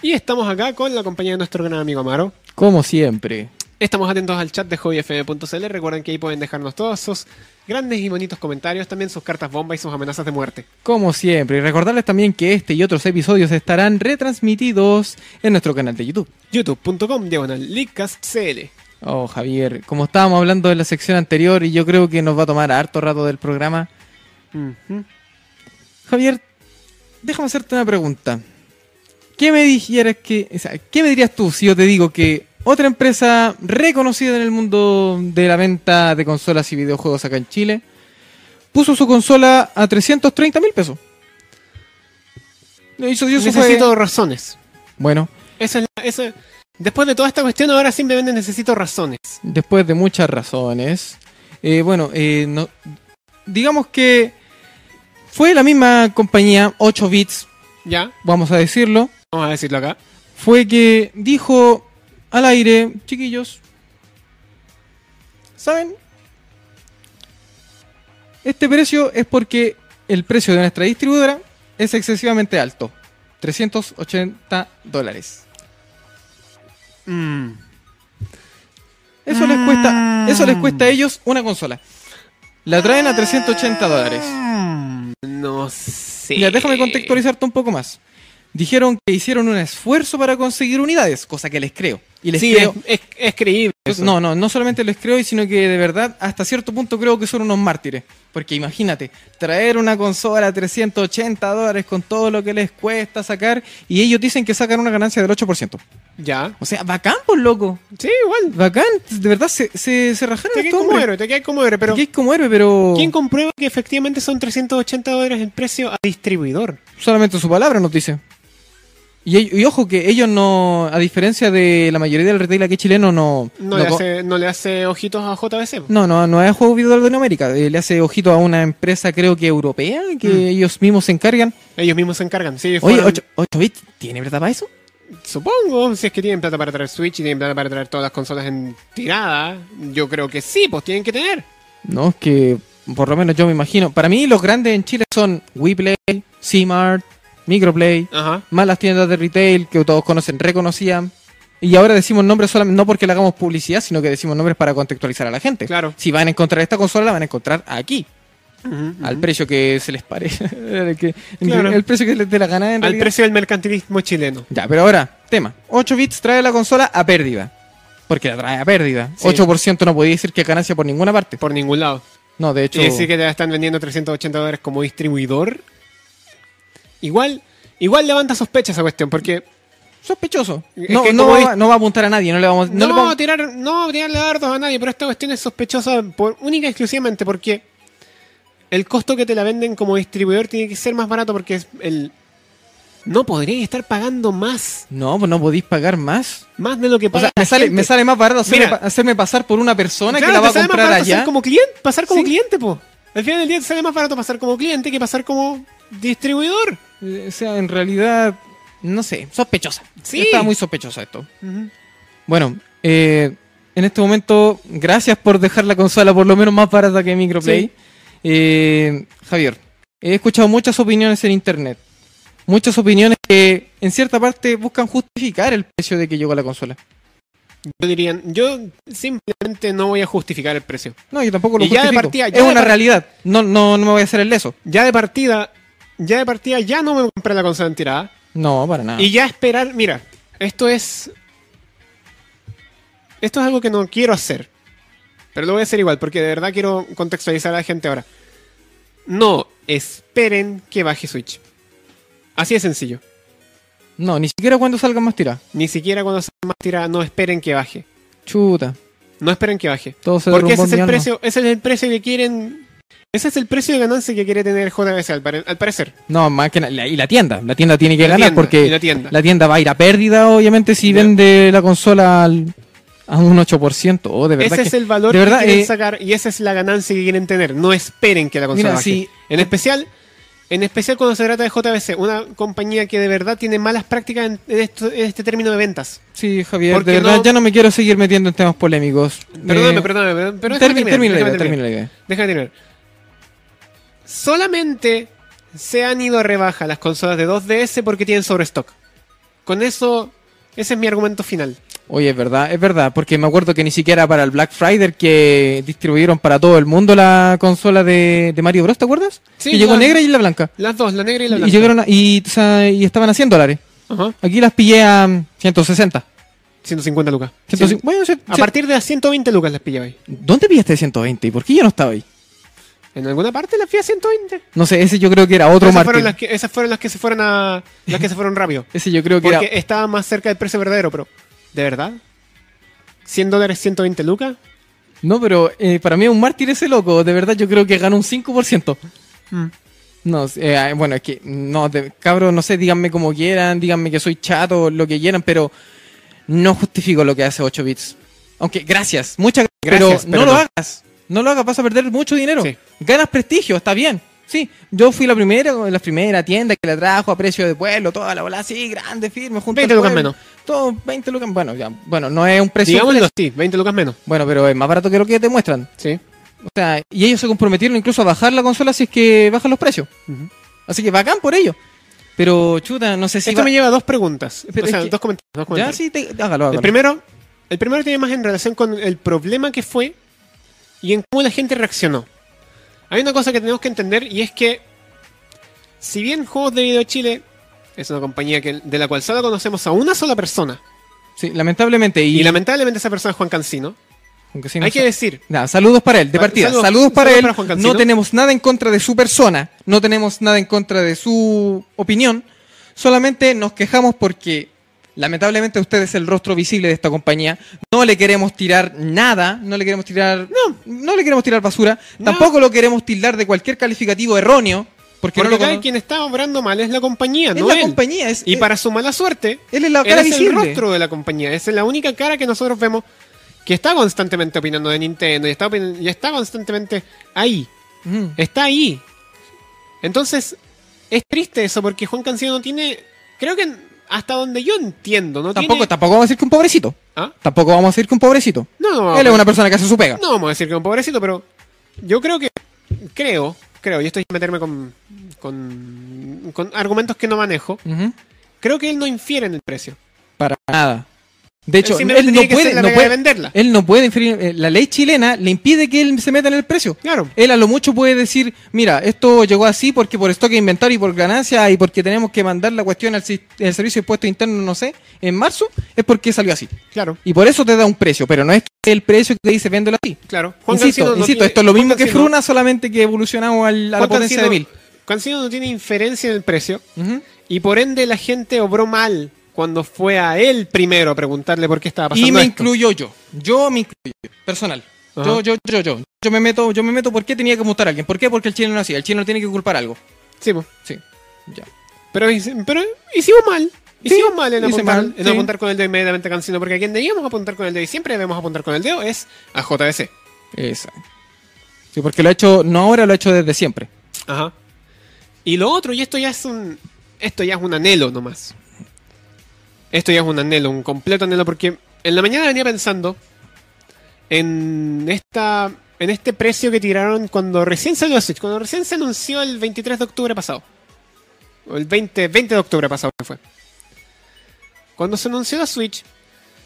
Speaker 2: Y estamos acá con la compañía de nuestro gran amigo Amaro.
Speaker 3: Como siempre.
Speaker 2: Estamos atentos al chat de hobbyfm.cl. Recuerden que ahí pueden dejarnos todos sus grandes y bonitos comentarios, también sus cartas bomba y sus amenazas de muerte.
Speaker 3: Como siempre, y recordarles también que este y otros episodios estarán retransmitidos en nuestro canal de YouTube.
Speaker 2: youtube.com diagonal leakcastcl.
Speaker 3: Oh, Javier, como estábamos hablando en la sección anterior y yo creo que nos va a tomar harto rato del programa,
Speaker 2: Ujú.
Speaker 3: Javier, déjame hacerte una pregunta. ¿Qué me dijeras que, o sea, qué me dirías tú si yo te digo que otra empresa reconocida en el mundo de la venta de consolas y videojuegos acá en Chile puso su consola a 330 mil pesos? Lo hizo- y eso fue-
Speaker 2: Necesito razones.
Speaker 3: Bueno,
Speaker 2: Esa es la- esa- Después de toda esta cuestión, ahora simplemente necesito razones.
Speaker 3: después de muchas razones. eh, bueno, eh, no- digamos que fue la misma compañía, 8 bits,
Speaker 2: ¿Ya?
Speaker 3: vamos a decirlo,
Speaker 2: Vamos a decirlo acá.
Speaker 3: fue que dijo al aire, chiquillos, ¿saben? Este precio es porque el precio de nuestra distribuidora es excesivamente alto, 380 dólares.
Speaker 2: Mm.
Speaker 3: Eso les cuesta,
Speaker 2: Ah.
Speaker 3: eso les cuesta a ellos una consola. La traen a 380 dólares.
Speaker 2: Mm, No sé.
Speaker 3: Mira, déjame contextualizarte un poco más. Dijeron que hicieron un esfuerzo para conseguir unidades, cosa que les creo. Y les
Speaker 2: Sí, es,
Speaker 3: creo.
Speaker 2: es, es creíble. eso.
Speaker 3: No, no, no solamente les creo, sino que de verdad, hasta cierto punto creo que son unos mártires. Porque imagínate, traer una consola a 380 dólares con todo lo que les cuesta sacar, y ellos dicen que sacan una ganancia del 8%.
Speaker 2: Ya.
Speaker 3: O sea, bacán, pues loco.
Speaker 2: Sí, igual.
Speaker 3: Bacán, de verdad se, se, se rajaron
Speaker 2: Te quedas
Speaker 3: estos
Speaker 2: como
Speaker 3: hombres.
Speaker 2: héroe, te quedas como héroe, pero.
Speaker 3: Que es como héroe, pero
Speaker 2: ¿Quién comprueba que efectivamente son 380 dólares el precio a distribuidor?
Speaker 3: solamente su palabra nos dice. Y, ell- y ojo que ellos no, a diferencia de la mayoría del retail aquí chileno, no...
Speaker 2: No,
Speaker 3: no
Speaker 2: le,
Speaker 3: co-
Speaker 2: hace, no le hace ojitos a JBC.
Speaker 3: No, no, no es juego video de Latinoamérica. Eh, le hace ojito a una empresa, creo que europea, que
Speaker 2: Mm.
Speaker 3: ellos mismos se encargan.
Speaker 2: Ellos mismos se encargan. Sí,
Speaker 3: Oye,
Speaker 2: fueron-
Speaker 3: 8, bits, ¿tiene verdad para eso?
Speaker 2: Supongo, si es que tienen plata para traer Switch y tienen plata para traer todas las consolas en tirada, yo creo que sí, pues tienen que tener.
Speaker 3: No, es que por lo menos yo me imagino. Para mí, los grandes en Chile son WePlay, Cmart, Microplay,
Speaker 2: Ajá.
Speaker 3: más las tiendas de retail que todos conocen, reconocían. Y ahora decimos nombres solamente, no porque le hagamos publicidad, sino que decimos nombres para contextualizar a la gente.
Speaker 2: Claro.
Speaker 3: Si van a encontrar esta consola, la van a encontrar aquí, al precio que se les parece. *laughs* el, que-
Speaker 2: Claro.
Speaker 3: el precio que les dé la gana en
Speaker 2: Al
Speaker 3: realidad.
Speaker 2: precio del mercantilismo chileno.
Speaker 3: Ya, pero ahora, tema. 8 bits trae la consola a pérdida. Porque la trae a pérdida.
Speaker 2: Sí.
Speaker 3: 8% no podía decir que es ganancia por ninguna parte.
Speaker 2: Por ningún lado.
Speaker 3: No, de hecho.
Speaker 2: Y decir que te la están vendiendo 380 dólares como distribuidor. Igual, igual levanta sospecha esa cuestión, porque
Speaker 3: Sospechoso.
Speaker 2: Es
Speaker 3: No,
Speaker 2: que
Speaker 3: no,
Speaker 2: como
Speaker 3: va,
Speaker 2: dis-
Speaker 3: no va a apuntar a nadie. No le vamos, no
Speaker 2: no,
Speaker 3: le vamos-
Speaker 2: tirar, no tirarle dardos a nadie, pero esta cuestión es sospechosa por, única y exclusivamente porque el costo que te la venden como distribuidor tiene que ser más barato porque es el. No podrías estar pagando más.
Speaker 3: No, pues no podéis pagar más.
Speaker 2: Más de lo que
Speaker 3: O
Speaker 2: paga.
Speaker 3: sea, me
Speaker 2: la
Speaker 3: sale,
Speaker 2: gente.
Speaker 3: me sale más barato hacerme,
Speaker 2: Mira.
Speaker 3: pa- hacerme pasar por una persona
Speaker 2: Claro,
Speaker 3: que la va
Speaker 2: te
Speaker 3: a
Speaker 2: sale más
Speaker 3: comprar
Speaker 2: barato ser
Speaker 3: allá.
Speaker 2: como cliente, pasar como
Speaker 3: Sí.
Speaker 2: cliente, po. Al final del día te sale más barato pasar como cliente que pasar como distribuidor.
Speaker 3: Eh, O sea, en realidad. No sé, sospechosa.
Speaker 2: Sí.
Speaker 3: Está muy sospechosa esto. Bueno, eh, en este momento, gracias por dejar la consola por lo menos más barata que Microplay.
Speaker 2: Sí.
Speaker 3: Eh, Javier, he escuchado muchas opiniones en internet. Muchas opiniones que en cierta parte buscan justificar el precio de que llegó la consola.
Speaker 2: Yo diría, yo simplemente no voy a justificar el precio.
Speaker 3: No, yo tampoco lo
Speaker 2: Y ya de
Speaker 3: justifico.
Speaker 2: partida, ya
Speaker 3: es
Speaker 2: de
Speaker 3: una
Speaker 2: par-
Speaker 3: realidad. No, no, no me voy a hacer el leso.
Speaker 2: Ya de partida, ya de partida, ya no me compré la consola en tirada.
Speaker 3: No, para nada.
Speaker 2: Y ya esperar, mira, esto es. Esto es algo que no quiero hacer. Pero lo voy a hacer igual, porque de verdad quiero contextualizar a la gente ahora. No esperen que baje Switch. Así de sencillo.
Speaker 3: No, ni siquiera cuando salgan más tiradas.
Speaker 2: Ni siquiera cuando sea más tirada, no esperen que baje.
Speaker 3: Chuta.
Speaker 2: No esperen que baje.
Speaker 3: Todo se
Speaker 2: Porque
Speaker 3: derrumbó
Speaker 2: ese es
Speaker 3: en mi
Speaker 2: el
Speaker 3: alma.
Speaker 2: precio, ese es el precio que quieren. Ese es el precio de ganancia que quiere tener JBC, al, pare- al parecer.
Speaker 3: No, más que nada. la- Y la tienda. La tienda tiene que
Speaker 2: La
Speaker 3: ganar
Speaker 2: tienda,
Speaker 3: porque
Speaker 2: y la tienda.
Speaker 3: La tienda va a ir a pérdida, obviamente, si
Speaker 2: Ya.
Speaker 3: vende la consola al- a un 8%. Oh, de verdad.
Speaker 2: Ese
Speaker 3: que-
Speaker 2: es el valor
Speaker 3: de verdad,
Speaker 2: que quieren
Speaker 3: eh,
Speaker 2: sacar y esa es la ganancia que quieren tener. No esperen que la consola
Speaker 3: Mira,
Speaker 2: baje.
Speaker 3: si-
Speaker 2: En especial, en especial cuando se trata de JBC, una compañía que de verdad tiene malas prácticas en, en esto- en este término de ventas.
Speaker 3: Sí, Javier,
Speaker 2: Porque
Speaker 3: de verdad
Speaker 2: no-
Speaker 3: ya no me quiero seguir metiendo en temas polémicos.
Speaker 2: Perdóname,
Speaker 3: Eh,
Speaker 2: perdóname, perdóname, pero déjame
Speaker 3: termi-
Speaker 2: terminar,
Speaker 3: termina la
Speaker 2: déjame
Speaker 3: idea,
Speaker 2: terminar.
Speaker 3: termina la idea.
Speaker 2: Déjame terminar. Solamente se han ido a rebaja las consolas de 2DS porque tienen sobrestock. Con eso, ese es mi argumento final.
Speaker 3: Oye, es verdad, es verdad, porque me acuerdo que ni siquiera para el Black Friday que distribuyeron para todo el mundo la consola de, de Mario Bros, ¿te acuerdas?
Speaker 2: Sí,
Speaker 3: que llegó
Speaker 2: la-
Speaker 3: negra y la blanca.
Speaker 2: Las dos, la negra y
Speaker 3: Y,
Speaker 2: la blanca.
Speaker 3: llegaron a- y, o sea, y estaban a 100 dólares.
Speaker 2: Ajá.
Speaker 3: Aquí las pillé a mm, 160.
Speaker 2: 150 lucas.
Speaker 3: 150, bueno, sí,
Speaker 2: A
Speaker 3: sí.
Speaker 2: partir de las 120 lucas las pillaba ahí.
Speaker 3: ¿Dónde este pillaste 120? ¿Por qué yo no estaba ahí?
Speaker 2: En alguna parte las fui a 120.
Speaker 3: No sé, ese yo creo que era otro
Speaker 2: esas, fueron
Speaker 3: marketing.
Speaker 2: las que, esas fueron las que se fueron a. Las que se
Speaker 3: *laughs*
Speaker 2: fueron rápido.
Speaker 3: Ese yo creo que
Speaker 2: Porque
Speaker 3: era...
Speaker 2: estaba más cerca del precio verdadero, pero. ¿De verdad? ¿100 dólares 120 lucas?
Speaker 3: No, pero eh, para mí es un mártir ese loco. De verdad, yo creo que gana un 5%.
Speaker 2: Mm.
Speaker 3: No, eh, bueno, es que, no, de- cabros, no sé, díganme como quieran, díganme que soy chato, lo que quieran, pero no justifico lo que hace 8 bits. Aunque, gracias, muchas gracias,
Speaker 2: Gracias,
Speaker 3: pero,
Speaker 2: pero
Speaker 3: no,
Speaker 2: no.
Speaker 3: lo hagas. No lo hagas, vas a perder mucho dinero.
Speaker 2: Sí.
Speaker 3: Ganas prestigio, está bien. Sí, yo fui la primera, la primera tienda que la trajo a precio de pueblo, toda la bola así, grande, firme, junto
Speaker 2: 20
Speaker 3: al
Speaker 2: lucas
Speaker 3: pueblo.
Speaker 2: menos.
Speaker 3: Todo 20 lucas, bueno, ya, bueno, no es un precio.
Speaker 2: Digámoslo así, 20 lucas menos.
Speaker 3: Bueno, pero es más barato que lo que te muestran.
Speaker 2: Sí.
Speaker 3: O sea, y ellos se comprometieron incluso a bajar la consola si es que bajan los precios.
Speaker 2: Ujú.
Speaker 3: Así que bacán por ello. Pero chuta, no sé si.
Speaker 2: Esto
Speaker 3: va-
Speaker 2: me lleva a dos preguntas.
Speaker 3: Pero
Speaker 2: o sea,
Speaker 3: es que-
Speaker 2: dos comentarios. dos
Speaker 3: Ya,
Speaker 2: comentarios.
Speaker 3: sí, te... hágalo, hágalo.
Speaker 2: El primero, el primero tiene más en relación con el problema que fue y en cómo la gente reaccionó. Hay una cosa que tenemos que entender y es que, si bien Juegos de Video Chile es una compañía que- de la cual solo conocemos a una sola persona,
Speaker 3: Sí, lamentablemente. Y,
Speaker 2: y, lamentablemente esa persona es Juan Cancino,
Speaker 3: aunque sí, no
Speaker 2: hay que
Speaker 3: sé.
Speaker 2: decir,
Speaker 3: Nada, saludos para él, de
Speaker 2: Sal-
Speaker 3: partida. Saludos,
Speaker 2: Ah, saludos-
Speaker 3: para
Speaker 2: saludos
Speaker 3: él.
Speaker 2: para Juan Cancino.
Speaker 3: no tenemos nada en contra de su persona, no tenemos nada en contra de su opinión. Solamente nos quejamos porque, lamentablemente, usted es el rostro visible de esta compañía. No le queremos tirar nada, no le queremos tirar. No, no le queremos tirar basura.
Speaker 2: No.
Speaker 3: Tampoco lo queremos tildar de cualquier calificativo erróneo. Porque,
Speaker 2: que
Speaker 3: no lo cono-
Speaker 2: quien está obrando mal es la compañía,
Speaker 3: Es
Speaker 2: no
Speaker 3: la
Speaker 2: él.
Speaker 3: compañía, es,
Speaker 2: Y para su mala suerte,
Speaker 3: él es la
Speaker 2: él
Speaker 3: cara
Speaker 2: es el
Speaker 3: visible.
Speaker 2: rostro de la compañía, es la única cara que nosotros vemos que está constantemente opinando de Nintendo y está, opin- y está constantemente ahí.
Speaker 3: Mm.
Speaker 2: está ahí. Entonces, es triste eso porque Juan Cancino no tiene. Creo que hasta donde yo entiendo, no
Speaker 3: tampoco,
Speaker 2: tiene.
Speaker 3: tampoco vamos a decir que un pobrecito.
Speaker 2: ¿Ah?
Speaker 3: Tampoco vamos a decir que un pobrecito.
Speaker 2: No, no,
Speaker 3: él es
Speaker 2: vamos-
Speaker 3: una persona que hace su pega.
Speaker 2: no vamos a decir que es un pobrecito, pero yo creo que. Creo, creo, y estoy meterme con, con, con argumentos que no manejo.
Speaker 3: Ujú.
Speaker 2: Creo que él no infiere en el precio.
Speaker 3: Para nada. De hecho, él,
Speaker 2: simplemente
Speaker 3: no
Speaker 2: tiene que hacer
Speaker 3: puede,
Speaker 2: la
Speaker 3: no
Speaker 2: pega de
Speaker 3: puede-
Speaker 2: venderla.
Speaker 3: él no puede inferir- eh, La ley chilena le impide que él se meta en el precio.
Speaker 2: Claro.
Speaker 3: Él a lo mucho puede decir, mira, esto llegó así porque por stock de inventario y por ganancia y porque tenemos que mandar la cuestión al sis- el servicio de impuesto interno, no sé, en marzo, es porque salió así.
Speaker 2: Claro,
Speaker 3: Y por eso te da un precio, pero no es que el precio que te dice véndelo así.
Speaker 2: claro.
Speaker 3: insisto,
Speaker 2: Cancino no
Speaker 3: insisto,
Speaker 2: tiene-
Speaker 3: esto es lo
Speaker 2: Juan
Speaker 3: mismo que
Speaker 2: Cancino-
Speaker 3: Fruna, solamente que evolucionamos al- a la
Speaker 2: Juan
Speaker 3: potencia de mil.
Speaker 2: Cancino- Cancino no tiene inferencia en el precio.
Speaker 3: Ujú.
Speaker 2: Y por ende la gente obró mal cuando fue a él primero a preguntarle por qué estaba pasando
Speaker 3: Y me
Speaker 2: esto.
Speaker 3: incluyo yo. Yo me incluyo. Personal.
Speaker 2: Ajá.
Speaker 3: Yo, yo, yo, yo. Yo me meto, yo me meto porque tenía que multar a alguien. ¿Por qué? Porque el chino no hacía. El chino tiene que culpar algo.
Speaker 2: Sí, pues. po.
Speaker 3: Sí. Ya.
Speaker 2: pero, hice- pero hicimos mal. Hicimos mal en
Speaker 3: hice
Speaker 2: apuntar,
Speaker 3: mal,
Speaker 2: en
Speaker 3: sí.
Speaker 2: apuntar con el dedo inmediatamente a Cancino, porque a quien debíamos apuntar con el dedo y siempre debemos apuntar con el dedo es a JBC.
Speaker 3: Esa. Sí, porque lo ha hecho, no ahora, lo ha hecho desde siempre.
Speaker 2: Ajá. Y lo otro, y esto ya es un. Esto ya es un anhelo nomás. Esto ya es un anhelo, un completo anhelo, porque en la mañana venía pensando en esta. En este precio que tiraron cuando recién salió la Switch, cuando recién se anunció el 23 de octubre pasado. O el 20, 20 de octubre pasado que fue. Cuando se anunció la Switch,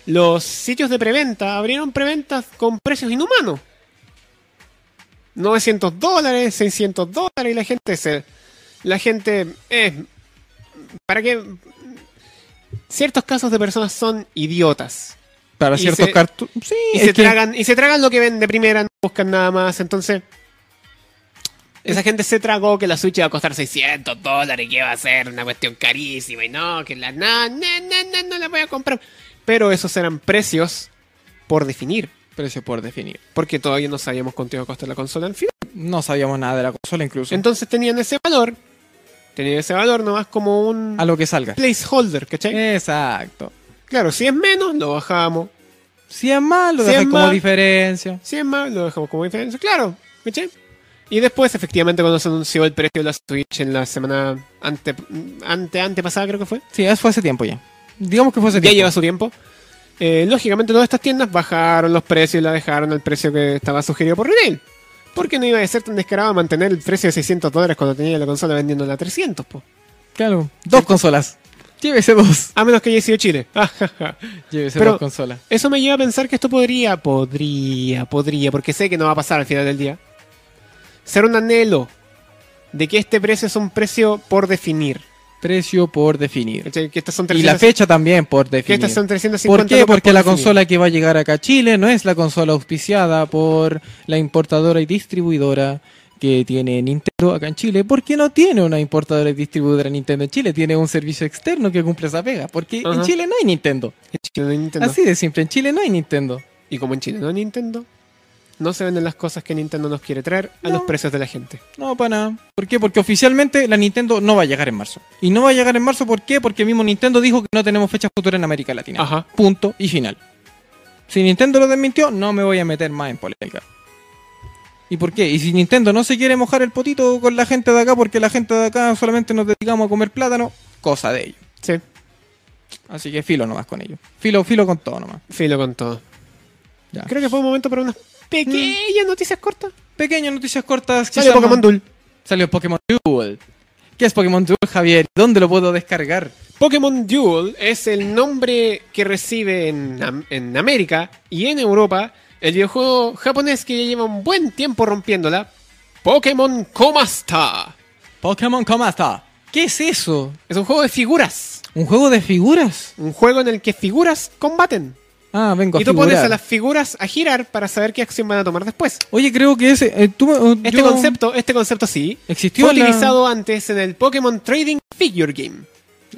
Speaker 2: los sitios de preventa abrieron preventas con precios inhumanos. 900 dólares, 600 dólares y la gente se... La gente... eh, ¿Para qué? Ciertos casos de personas son idiotas.
Speaker 3: Para
Speaker 2: Y
Speaker 3: ciertos
Speaker 2: se-
Speaker 3: cartos. Sí,
Speaker 2: Y
Speaker 3: es
Speaker 2: se,
Speaker 3: que-
Speaker 2: tragan, y se tragan lo que ven de primera, no buscan nada más. Entonces... Esa gente se tragó que la Switch iba a costar 600 dólares, que iba a ser una cuestión carísima y no, que la... No, no, no, no, no la voy a comprar. Pero esos eran precios por definir.
Speaker 3: Precio por definir.
Speaker 2: Porque todavía no sabíamos cuánto iba a costar la consola en fin.
Speaker 3: No sabíamos nada de la consola incluso.
Speaker 2: Entonces tenían ese valor. Tenían ese valor nomás como un
Speaker 3: a Eh. lo que salga.
Speaker 2: placeholder, ¿cachai?
Speaker 3: Exacto.
Speaker 2: Claro, si es menos, lo bajamos.
Speaker 3: Si es malo, lo
Speaker 2: Si es
Speaker 3: dejáis como
Speaker 2: mal-
Speaker 3: diferencia.
Speaker 2: Si es más, lo dejamos como diferencia. Claro, ¿cachai? Y después, efectivamente, cuando se anunció el precio de la Switch en la semana ante, ante antepasada, creo que fue.
Speaker 3: Sí, eso fue hace tiempo ya. Digamos que fue hace
Speaker 2: Ya
Speaker 3: tiempo.
Speaker 2: lleva su tiempo. Eh, lógicamente, todas estas tiendas bajaron los precios y la dejaron al precio que estaba sugerido por Retail. Porque no iba a ser tan descarado mantener el precio de 600 dólares cuando tenía la consola vendiendo a 300, po.
Speaker 3: Claro. Dos consolas. Llévese dos.
Speaker 2: A menos que haya sido Chile. Ah, ja, ja.
Speaker 3: Llévese
Speaker 2: Pero-
Speaker 3: dos consolas.
Speaker 2: Eso me lleva a pensar que esto podría, podría, podría, porque sé que no va a pasar al final del día. Ser un anhelo de que este precio es un precio por definir.
Speaker 3: Precio por definir.
Speaker 2: ¿cachai? Que estas son
Speaker 3: Y la
Speaker 2: 300
Speaker 3: fecha también por
Speaker 2: que
Speaker 3: definir.
Speaker 2: estas son 350
Speaker 3: ¿Por qué?
Speaker 2: lucas
Speaker 3: Porque la
Speaker 2: definir.
Speaker 3: consola que va a llegar acá a Chile no es la consola auspiciada por la importadora y distribuidora que tiene Nintendo acá en Chile, porque no tiene una importadora y distribuidora Nintendo en Chile, tiene un servicio externo que cumple esa pega, porque en
Speaker 2: Ajá.
Speaker 3: Chile no hay Nintendo.
Speaker 2: En Chile no hay Nintendo.
Speaker 3: Así de simple, en Chile no hay Nintendo.
Speaker 2: Y como en Chile no hay Nintendo, no se venden las cosas que Nintendo nos quiere traer a
Speaker 3: No.
Speaker 2: los precios de la gente.
Speaker 3: No, para nada. ¿Por qué? Porque oficialmente la Nintendo no va a llegar en marzo. Y no va a llegar en marzo, ¿por qué? Porque mismo Nintendo dijo que no tenemos fecha futura en América Latina.
Speaker 2: Ajá.
Speaker 3: Punto y final. Si Nintendo lo desmintió, no me voy a meter más en polémica. ¿Y por qué? Y si Nintendo no se quiere mojar el potito con la gente de acá porque la gente de acá solamente nos dedicamos a comer plátano, cosa de ellos.
Speaker 2: Sí,
Speaker 3: Así que filo nomás con ellos. Filo, filo con todo nomás.
Speaker 2: filo con todo.
Speaker 3: Ya.
Speaker 2: Creo que fue un momento para unas
Speaker 3: Mm.
Speaker 2: pequeñas noticias cortas.
Speaker 3: Pequeñas noticias cortas.
Speaker 2: Salió
Speaker 3: quizás
Speaker 2: Pokémon
Speaker 3: no-
Speaker 2: Duel.
Speaker 3: Salió Pokémon Duel. ¿Qué es Pokémon Duel, Javier? ¿Dónde lo puedo descargar?
Speaker 2: Pokémon Duel es el nombre que recibe en, Am- en América y en Europa el videojuego japonés que ya lleva un buen tiempo rompiéndola. Pokémon Comasta.
Speaker 3: Pokémon Comasta. ¿Qué es eso?
Speaker 2: Es un juego de figuras.
Speaker 3: ¿Un juego de figuras?
Speaker 2: Un juego en el que figuras combaten.
Speaker 3: Ah, vengo a
Speaker 2: Y tú pones
Speaker 3: figurar.
Speaker 2: a las figuras a girar para saber qué acción van a tomar después.
Speaker 3: Oye, creo que ese... eh, tú me- eh,
Speaker 2: Este
Speaker 3: yo-
Speaker 2: concepto, este concepto sí,
Speaker 3: Existió
Speaker 2: fue
Speaker 3: la-
Speaker 2: utilizado antes en el Pokémon Trading Figure Game.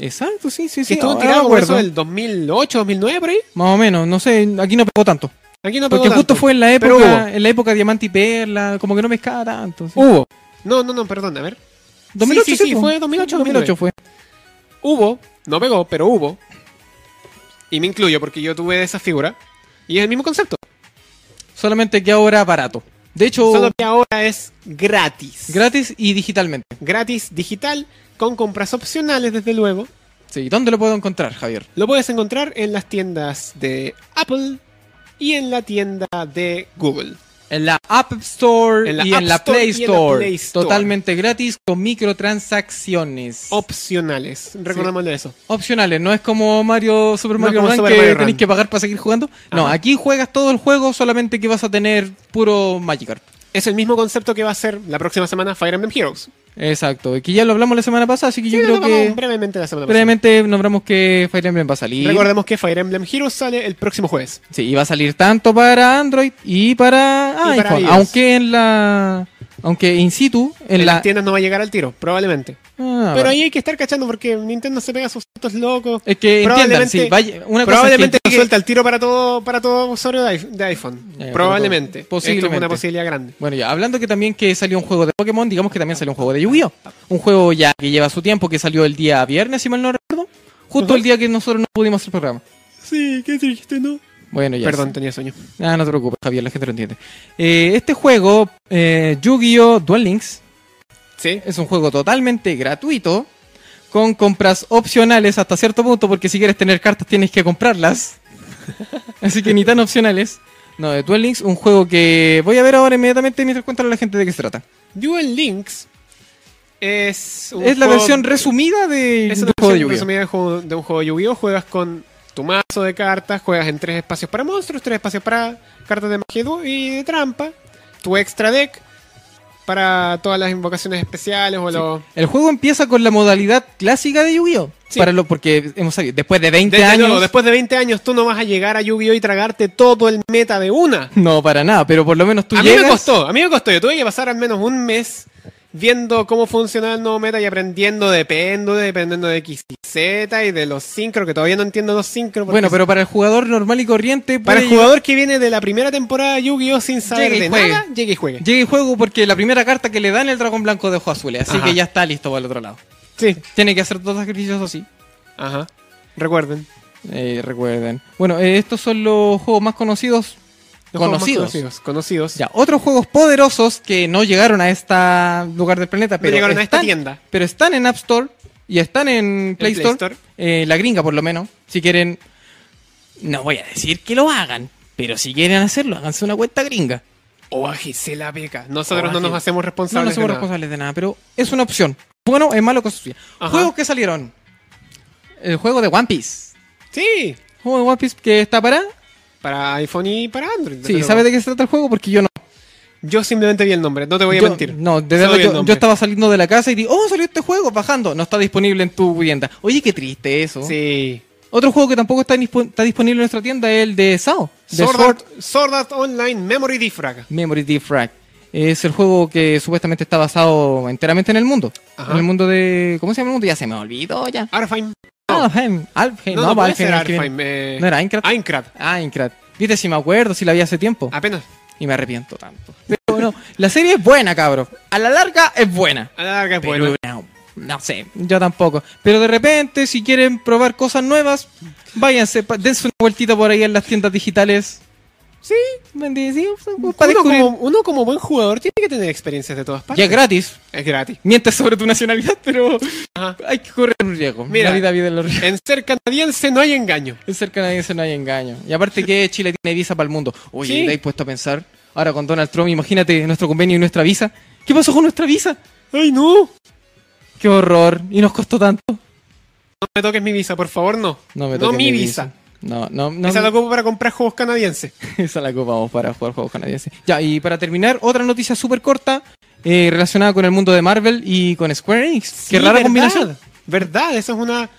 Speaker 3: Exacto, sí, sí,
Speaker 2: Que
Speaker 3: sí.
Speaker 2: estuvo
Speaker 3: ahora
Speaker 2: tirado
Speaker 3: me
Speaker 2: por eso
Speaker 3: acuerdo.
Speaker 2: del 2008, 2009 por ahí.
Speaker 3: Más o menos, no sé, aquí no pegó tanto.
Speaker 2: Aquí no pegó
Speaker 3: porque justo
Speaker 2: tanto,
Speaker 3: fue en la
Speaker 2: pero
Speaker 3: época, en la época Diamante y Perla, como que no pescaba tanto. sí.
Speaker 2: hubo. Hubo. No, no, no, perdón, a ver. sí, sí,
Speaker 3: po.
Speaker 2: fue 2008,
Speaker 3: 2008 fue.
Speaker 2: Hubo, no pegó, pero hubo. Y me incluyo porque yo tuve esa figura. Y es el mismo concepto.
Speaker 3: Solamente que ahora barato. De hecho,
Speaker 2: Solo que ahora es gratis.
Speaker 3: gratis y digitalmente.
Speaker 2: gratis digital, con compras opcionales desde luego.
Speaker 3: Sí, ¿dónde lo puedo encontrar, Javier?
Speaker 2: Lo puedes encontrar en las tiendas de Apple y en la tienda de Google.
Speaker 3: En la App Store
Speaker 2: En la
Speaker 3: y
Speaker 2: App
Speaker 3: en la
Speaker 2: Store
Speaker 3: Play
Speaker 2: y en la
Speaker 3: Store.
Speaker 2: Play Store.
Speaker 3: Totalmente gratis con microtransacciones.
Speaker 2: Opcionales, recordémosle eso.
Speaker 3: Opcionales, no es como Mario Super
Speaker 2: No
Speaker 3: Mario
Speaker 2: como
Speaker 3: Run
Speaker 2: Super
Speaker 3: que
Speaker 2: Mario Run.
Speaker 3: tenéis que pagar para seguir jugando. No,
Speaker 2: Ajá.
Speaker 3: aquí juegas todo el juego, solamente que vas a tener puro Magikarp.
Speaker 2: Es el mismo concepto que va a ser la próxima semana Fire Emblem Heroes.
Speaker 3: Exacto, que ya lo hablamos la semana pasada, así que yo
Speaker 2: Sí,
Speaker 3: creo
Speaker 2: lo tocamos
Speaker 3: que
Speaker 2: brevemente la semana pasada.
Speaker 3: brevemente nombramos que Fire Emblem va a salir.
Speaker 2: Recordemos que Fire Emblem Heroes sale el próximo jueves.
Speaker 3: Sí, y va a salir tanto para Android y para
Speaker 2: Y para
Speaker 3: iPhone,
Speaker 2: iOS.
Speaker 3: aunque en la aunque in situ en,
Speaker 2: En
Speaker 3: la
Speaker 2: las tiendas no va a llegar al tiro, probablemente.
Speaker 3: Ah,
Speaker 2: Pero
Speaker 3: vale.
Speaker 2: ahí hay que estar cachando porque Nintendo se pega sus saltos locos.
Speaker 3: es que entiendan,
Speaker 2: probablemente-
Speaker 3: sí, vaya- una cosa es
Speaker 2: probablemente
Speaker 3: que
Speaker 2: lo suelta el tiro para todo para todo usuario de iPh- de iPhone.
Speaker 3: Ya, ya,
Speaker 2: probablemente.
Speaker 3: pero- Eh, posiblemente.
Speaker 2: Esto es una posibilidad grande.
Speaker 3: Bueno, ya, hablando que también que salió un juego de Pokémon, digamos que también salió un juego de Yu-Gi-Oh! Un juego ya que lleva su tiempo, que salió el día viernes, si mal no recuerdo. Justo
Speaker 2: Ujú.
Speaker 3: el día que nosotros no pudimos hacer programa.
Speaker 2: Sí, qué triste, ¿no?
Speaker 3: Bueno, ya.
Speaker 2: Perdón, tenía sueño.
Speaker 3: Ah, no te preocupes, Javier, la gente lo entiende. Eh, este juego, eh, Yu-Gi-Oh! Duel Links,
Speaker 2: Sí.
Speaker 3: es un juego totalmente gratuito, con compras opcionales hasta cierto punto, porque si quieres tener cartas tienes que
Speaker 2: *laughs*
Speaker 3: comprarlas. Así que ni tan opcionales. No, eh, Duel Links, un juego que voy a ver ahora inmediatamente mientras cuento a la gente de qué se trata.
Speaker 2: Duel Links es un
Speaker 3: Es la
Speaker 2: juego-
Speaker 3: lluvia. resumida de,
Speaker 2: es una versión resumida de, juego- de un juego de Yu-Gi-Oh! Juegas con tu mazo de cartas, juegas en tres espacios para monstruos, tres espacios para cartas de magia y du- y de trampa, tu extra deck para todas las invocaciones especiales o los...
Speaker 3: El juego empieza con la modalidad clásica de Yu-Gi-Oh!
Speaker 2: Sí.
Speaker 3: Para lo, porque hemos sabido, después de 20
Speaker 2: Desde
Speaker 3: años.
Speaker 2: luego, después de 20 años tú no vas a llegar a Yu-Gi-Oh! y tragarte todo el meta de una.
Speaker 3: No, para nada, pero por lo menos tú
Speaker 2: a
Speaker 3: llegas.
Speaker 2: mí me costó, a mí me costó. Yo tuve que pasar al menos un mes viendo cómo funcionaba el nuevo meta y aprendiendo dependo, dependiendo de X y Z y de los sincro, que todavía no entiendo los sincro. porque
Speaker 3: Bueno, pero para el jugador normal y corriente.
Speaker 2: para el
Speaker 3: puede
Speaker 2: jugador que viene de la primera temporada de Yu-Gi-Oh! sin saber
Speaker 3: Llegue y
Speaker 2: de
Speaker 3: juegue.
Speaker 2: nada, llegue y juegue.
Speaker 3: llegar- Llega el juego porque la primera carta que le dan es el dragón blanco de ojos azules, así
Speaker 2: Ajá.
Speaker 3: que ya está listo para el otro lado.
Speaker 2: Sí,
Speaker 3: Tiene que hacer dos sacrificios así.
Speaker 2: ajá. Recuerden.
Speaker 3: Eh, recuerden. Bueno, eh, estos son los juegos más conocidos.
Speaker 2: los juegos más
Speaker 3: Conocidos.
Speaker 2: Conocidos. conocidos.
Speaker 3: Ya, otros juegos poderosos que no llegaron a este lugar del planeta,
Speaker 2: No
Speaker 3: pero
Speaker 2: llegaron a esta
Speaker 3: están-
Speaker 2: tienda.
Speaker 3: pero están en App Store y están en Play,
Speaker 2: Play
Speaker 3: Store,
Speaker 2: Store.
Speaker 3: eh, la gringa por lo menos, si quieren, no voy a decir que lo hagan, pero si quieren hacerlo, háganse una cuenta gringa.
Speaker 2: O bájese la beca. Nosotros no
Speaker 3: Bájese.
Speaker 2: nos hacemos
Speaker 3: No
Speaker 2: responsables.
Speaker 3: nos somos
Speaker 2: de nada.
Speaker 3: responsables de nada, pero es una opción. Bueno, es malo cosa suya.
Speaker 2: Ajá.
Speaker 3: Juegos que salieron. El juego de One Piece.
Speaker 2: Sí,
Speaker 3: El juego de One Piece que está para.
Speaker 2: para iPhone y para Android.
Speaker 3: Sí,
Speaker 2: pero
Speaker 3: ¿sabes de qué se trata el juego? Porque yo no.
Speaker 2: Yo simplemente vi el nombre, no te voy a
Speaker 3: Yo-
Speaker 2: mentir.
Speaker 3: No, de
Speaker 2: Solo
Speaker 3: verdad,
Speaker 2: vi el
Speaker 3: yo,
Speaker 2: nombre.
Speaker 3: yo estaba saliendo de la casa y digo, oh, salió este juego, bajando. No está disponible en tu vivienda. Oye, qué triste eso.
Speaker 2: Sí.
Speaker 3: Otro juego que tampoco está, dispo- está disponible en nuestra tienda es el de SAO. de
Speaker 2: Sword,
Speaker 3: Sword
Speaker 2: Art- Sword Art Online Memory Defrag.
Speaker 3: Memory Defrag. Es el juego que supuestamente está basado enteramente en el mundo.
Speaker 2: Ajá.
Speaker 3: En el mundo de. ¿Cómo se llama el mundo? Ya se me olvidó ya.
Speaker 2: Arfheim.
Speaker 3: Alfheim. Alfheim. pues,
Speaker 2: No, no, puede
Speaker 3: Alfheim
Speaker 2: ser
Speaker 3: es que viene-
Speaker 2: Arfheim. eh,
Speaker 3: ¿No era Aincrad?
Speaker 2: Aincrad.
Speaker 3: Ah, Aincrad. Viste si me acuerdo, si la vi hace tiempo.
Speaker 2: Apenas.
Speaker 3: Y me arrepiento tanto. Pero no, la serie es buena, cabro. A la larga es buena.
Speaker 2: A la larga es
Speaker 3: Pero
Speaker 2: bueno.
Speaker 3: no, no sé, yo tampoco. Pero de repente, si quieren probar cosas nuevas, váyanse, pa- dense una vueltita por ahí en las tiendas digitales. Sí, vendí- sí, para
Speaker 2: Uno
Speaker 3: descubrir.
Speaker 2: como, uno como buen jugador tiene que tener experiencias de todas
Speaker 3: Y
Speaker 2: partes.
Speaker 3: es gratis.
Speaker 2: Es gratis.
Speaker 3: Mientes sobre tu nacionalidad, pero
Speaker 2: Ajá.
Speaker 3: hay que correr un riesgo.
Speaker 2: Mira.
Speaker 3: La vida vive los riesgos.
Speaker 2: En ser canadiense no hay engaño.
Speaker 3: En ser canadiense no hay engaño. Y aparte que Chile tiene visa para el mundo. Oye,
Speaker 2: Sí.
Speaker 3: ¿le habéis puesto a pensar? Ahora con Donald Trump, imagínate nuestro convenio y nuestra visa. ¿Qué pasó con nuestra visa?
Speaker 2: ¡Ay, no! No
Speaker 3: ¡Qué horror! Y nos costó tanto.
Speaker 2: me toques mi visa, por favor, no.
Speaker 3: No me toques
Speaker 2: mi visa.
Speaker 3: No, no, no. *laughs*
Speaker 2: Esa la ocupo para comprar juegos canadienses.
Speaker 3: Esa la ocupamos para jugar juegos canadienses. Ya, y para terminar, otra noticia súper corta eh, relacionada con el mundo de Marvel y con Square Enix. Qué
Speaker 2: Sí,
Speaker 3: rara
Speaker 2: ¿verdad?
Speaker 3: combinación.
Speaker 2: ¿Verdad? Eso es una...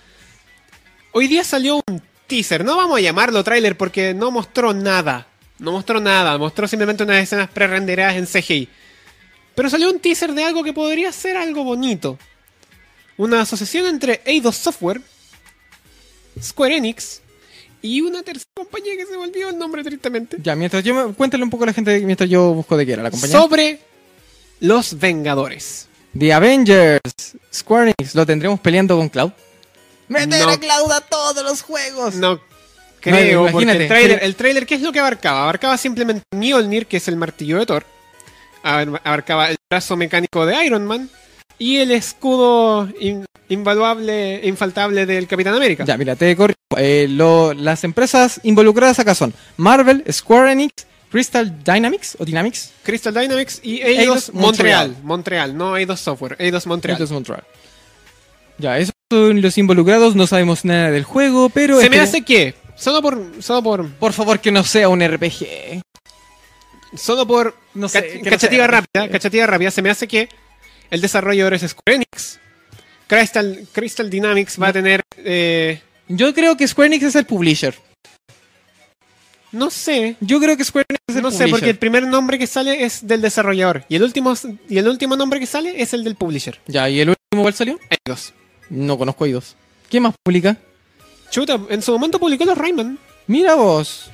Speaker 2: Hoy día salió un teaser. No vamos a llamarlo tráiler porque no mostró nada. No mostró nada. Mostró simplemente unas escenas prerenderadas en CGI. Pero salió un teaser de algo que podría ser algo bonito. Una asociación entre Eidos Software, Square Enix y una tercera compañía que se volvió el nombre tristemente.
Speaker 3: Ya, mientras yo me, cuéntale un poco a la gente mientras yo busco de qué era la compañía.
Speaker 2: Sobre los Vengadores.
Speaker 3: The Avengers, Square Enix, lo tendremos peleando con Cloud. ¡Meter
Speaker 2: No.
Speaker 3: a Cloud a todos los juegos!
Speaker 2: No creo,
Speaker 3: No,
Speaker 2: porque
Speaker 3: imagínate.
Speaker 2: el trailer, el tráiler, ¿qué es lo que abarcaba? Abarcaba simplemente Mjolnir, que es el martillo de Thor. Abar- Abarcaba el brazo mecánico de Iron Man. Y el escudo in- invaluable, infaltable del Capitán América.
Speaker 3: Ya, mira, te corrijo. Eh, lo- las empresas involucradas acá son Marvel, Square Enix, Crystal Dynamics o Dynamics,
Speaker 2: Crystal Dynamics y
Speaker 3: Eidos
Speaker 2: Eidos Montreal.
Speaker 3: Montreal.
Speaker 2: Montreal. no Eidos Software, Eidos Montreal.
Speaker 3: Entonces, Montreal. Ya, esos son los involucrados, no sabemos nada del juego, pero...
Speaker 2: Se me
Speaker 3: espere-
Speaker 2: hace que, solo por, solo por,
Speaker 3: Por favor, que no sea un RPG.
Speaker 2: solo por
Speaker 3: No sé,
Speaker 2: Cach-
Speaker 3: que no
Speaker 2: cachativa
Speaker 3: sea.
Speaker 2: rápida, cachativa rápida, se me hace que el desarrollador es Square Enix. Crystal, Crystal Dynamics va a tener. eh,
Speaker 3: Yo creo que Square Enix es el publisher.
Speaker 2: no sé.
Speaker 3: Yo creo que Square Enix es el
Speaker 2: No sé,
Speaker 3: publisher.
Speaker 2: porque el primer nombre que sale es del desarrollador. Y el último, y el último nombre que sale es el del publisher.
Speaker 3: Ya, ¿y el último cuál salió?
Speaker 2: Eidos.
Speaker 3: No conozco a Eidos. ¿Qué más publica?
Speaker 2: Chuta, en su momento publicó los Rayman.
Speaker 3: Mira vos.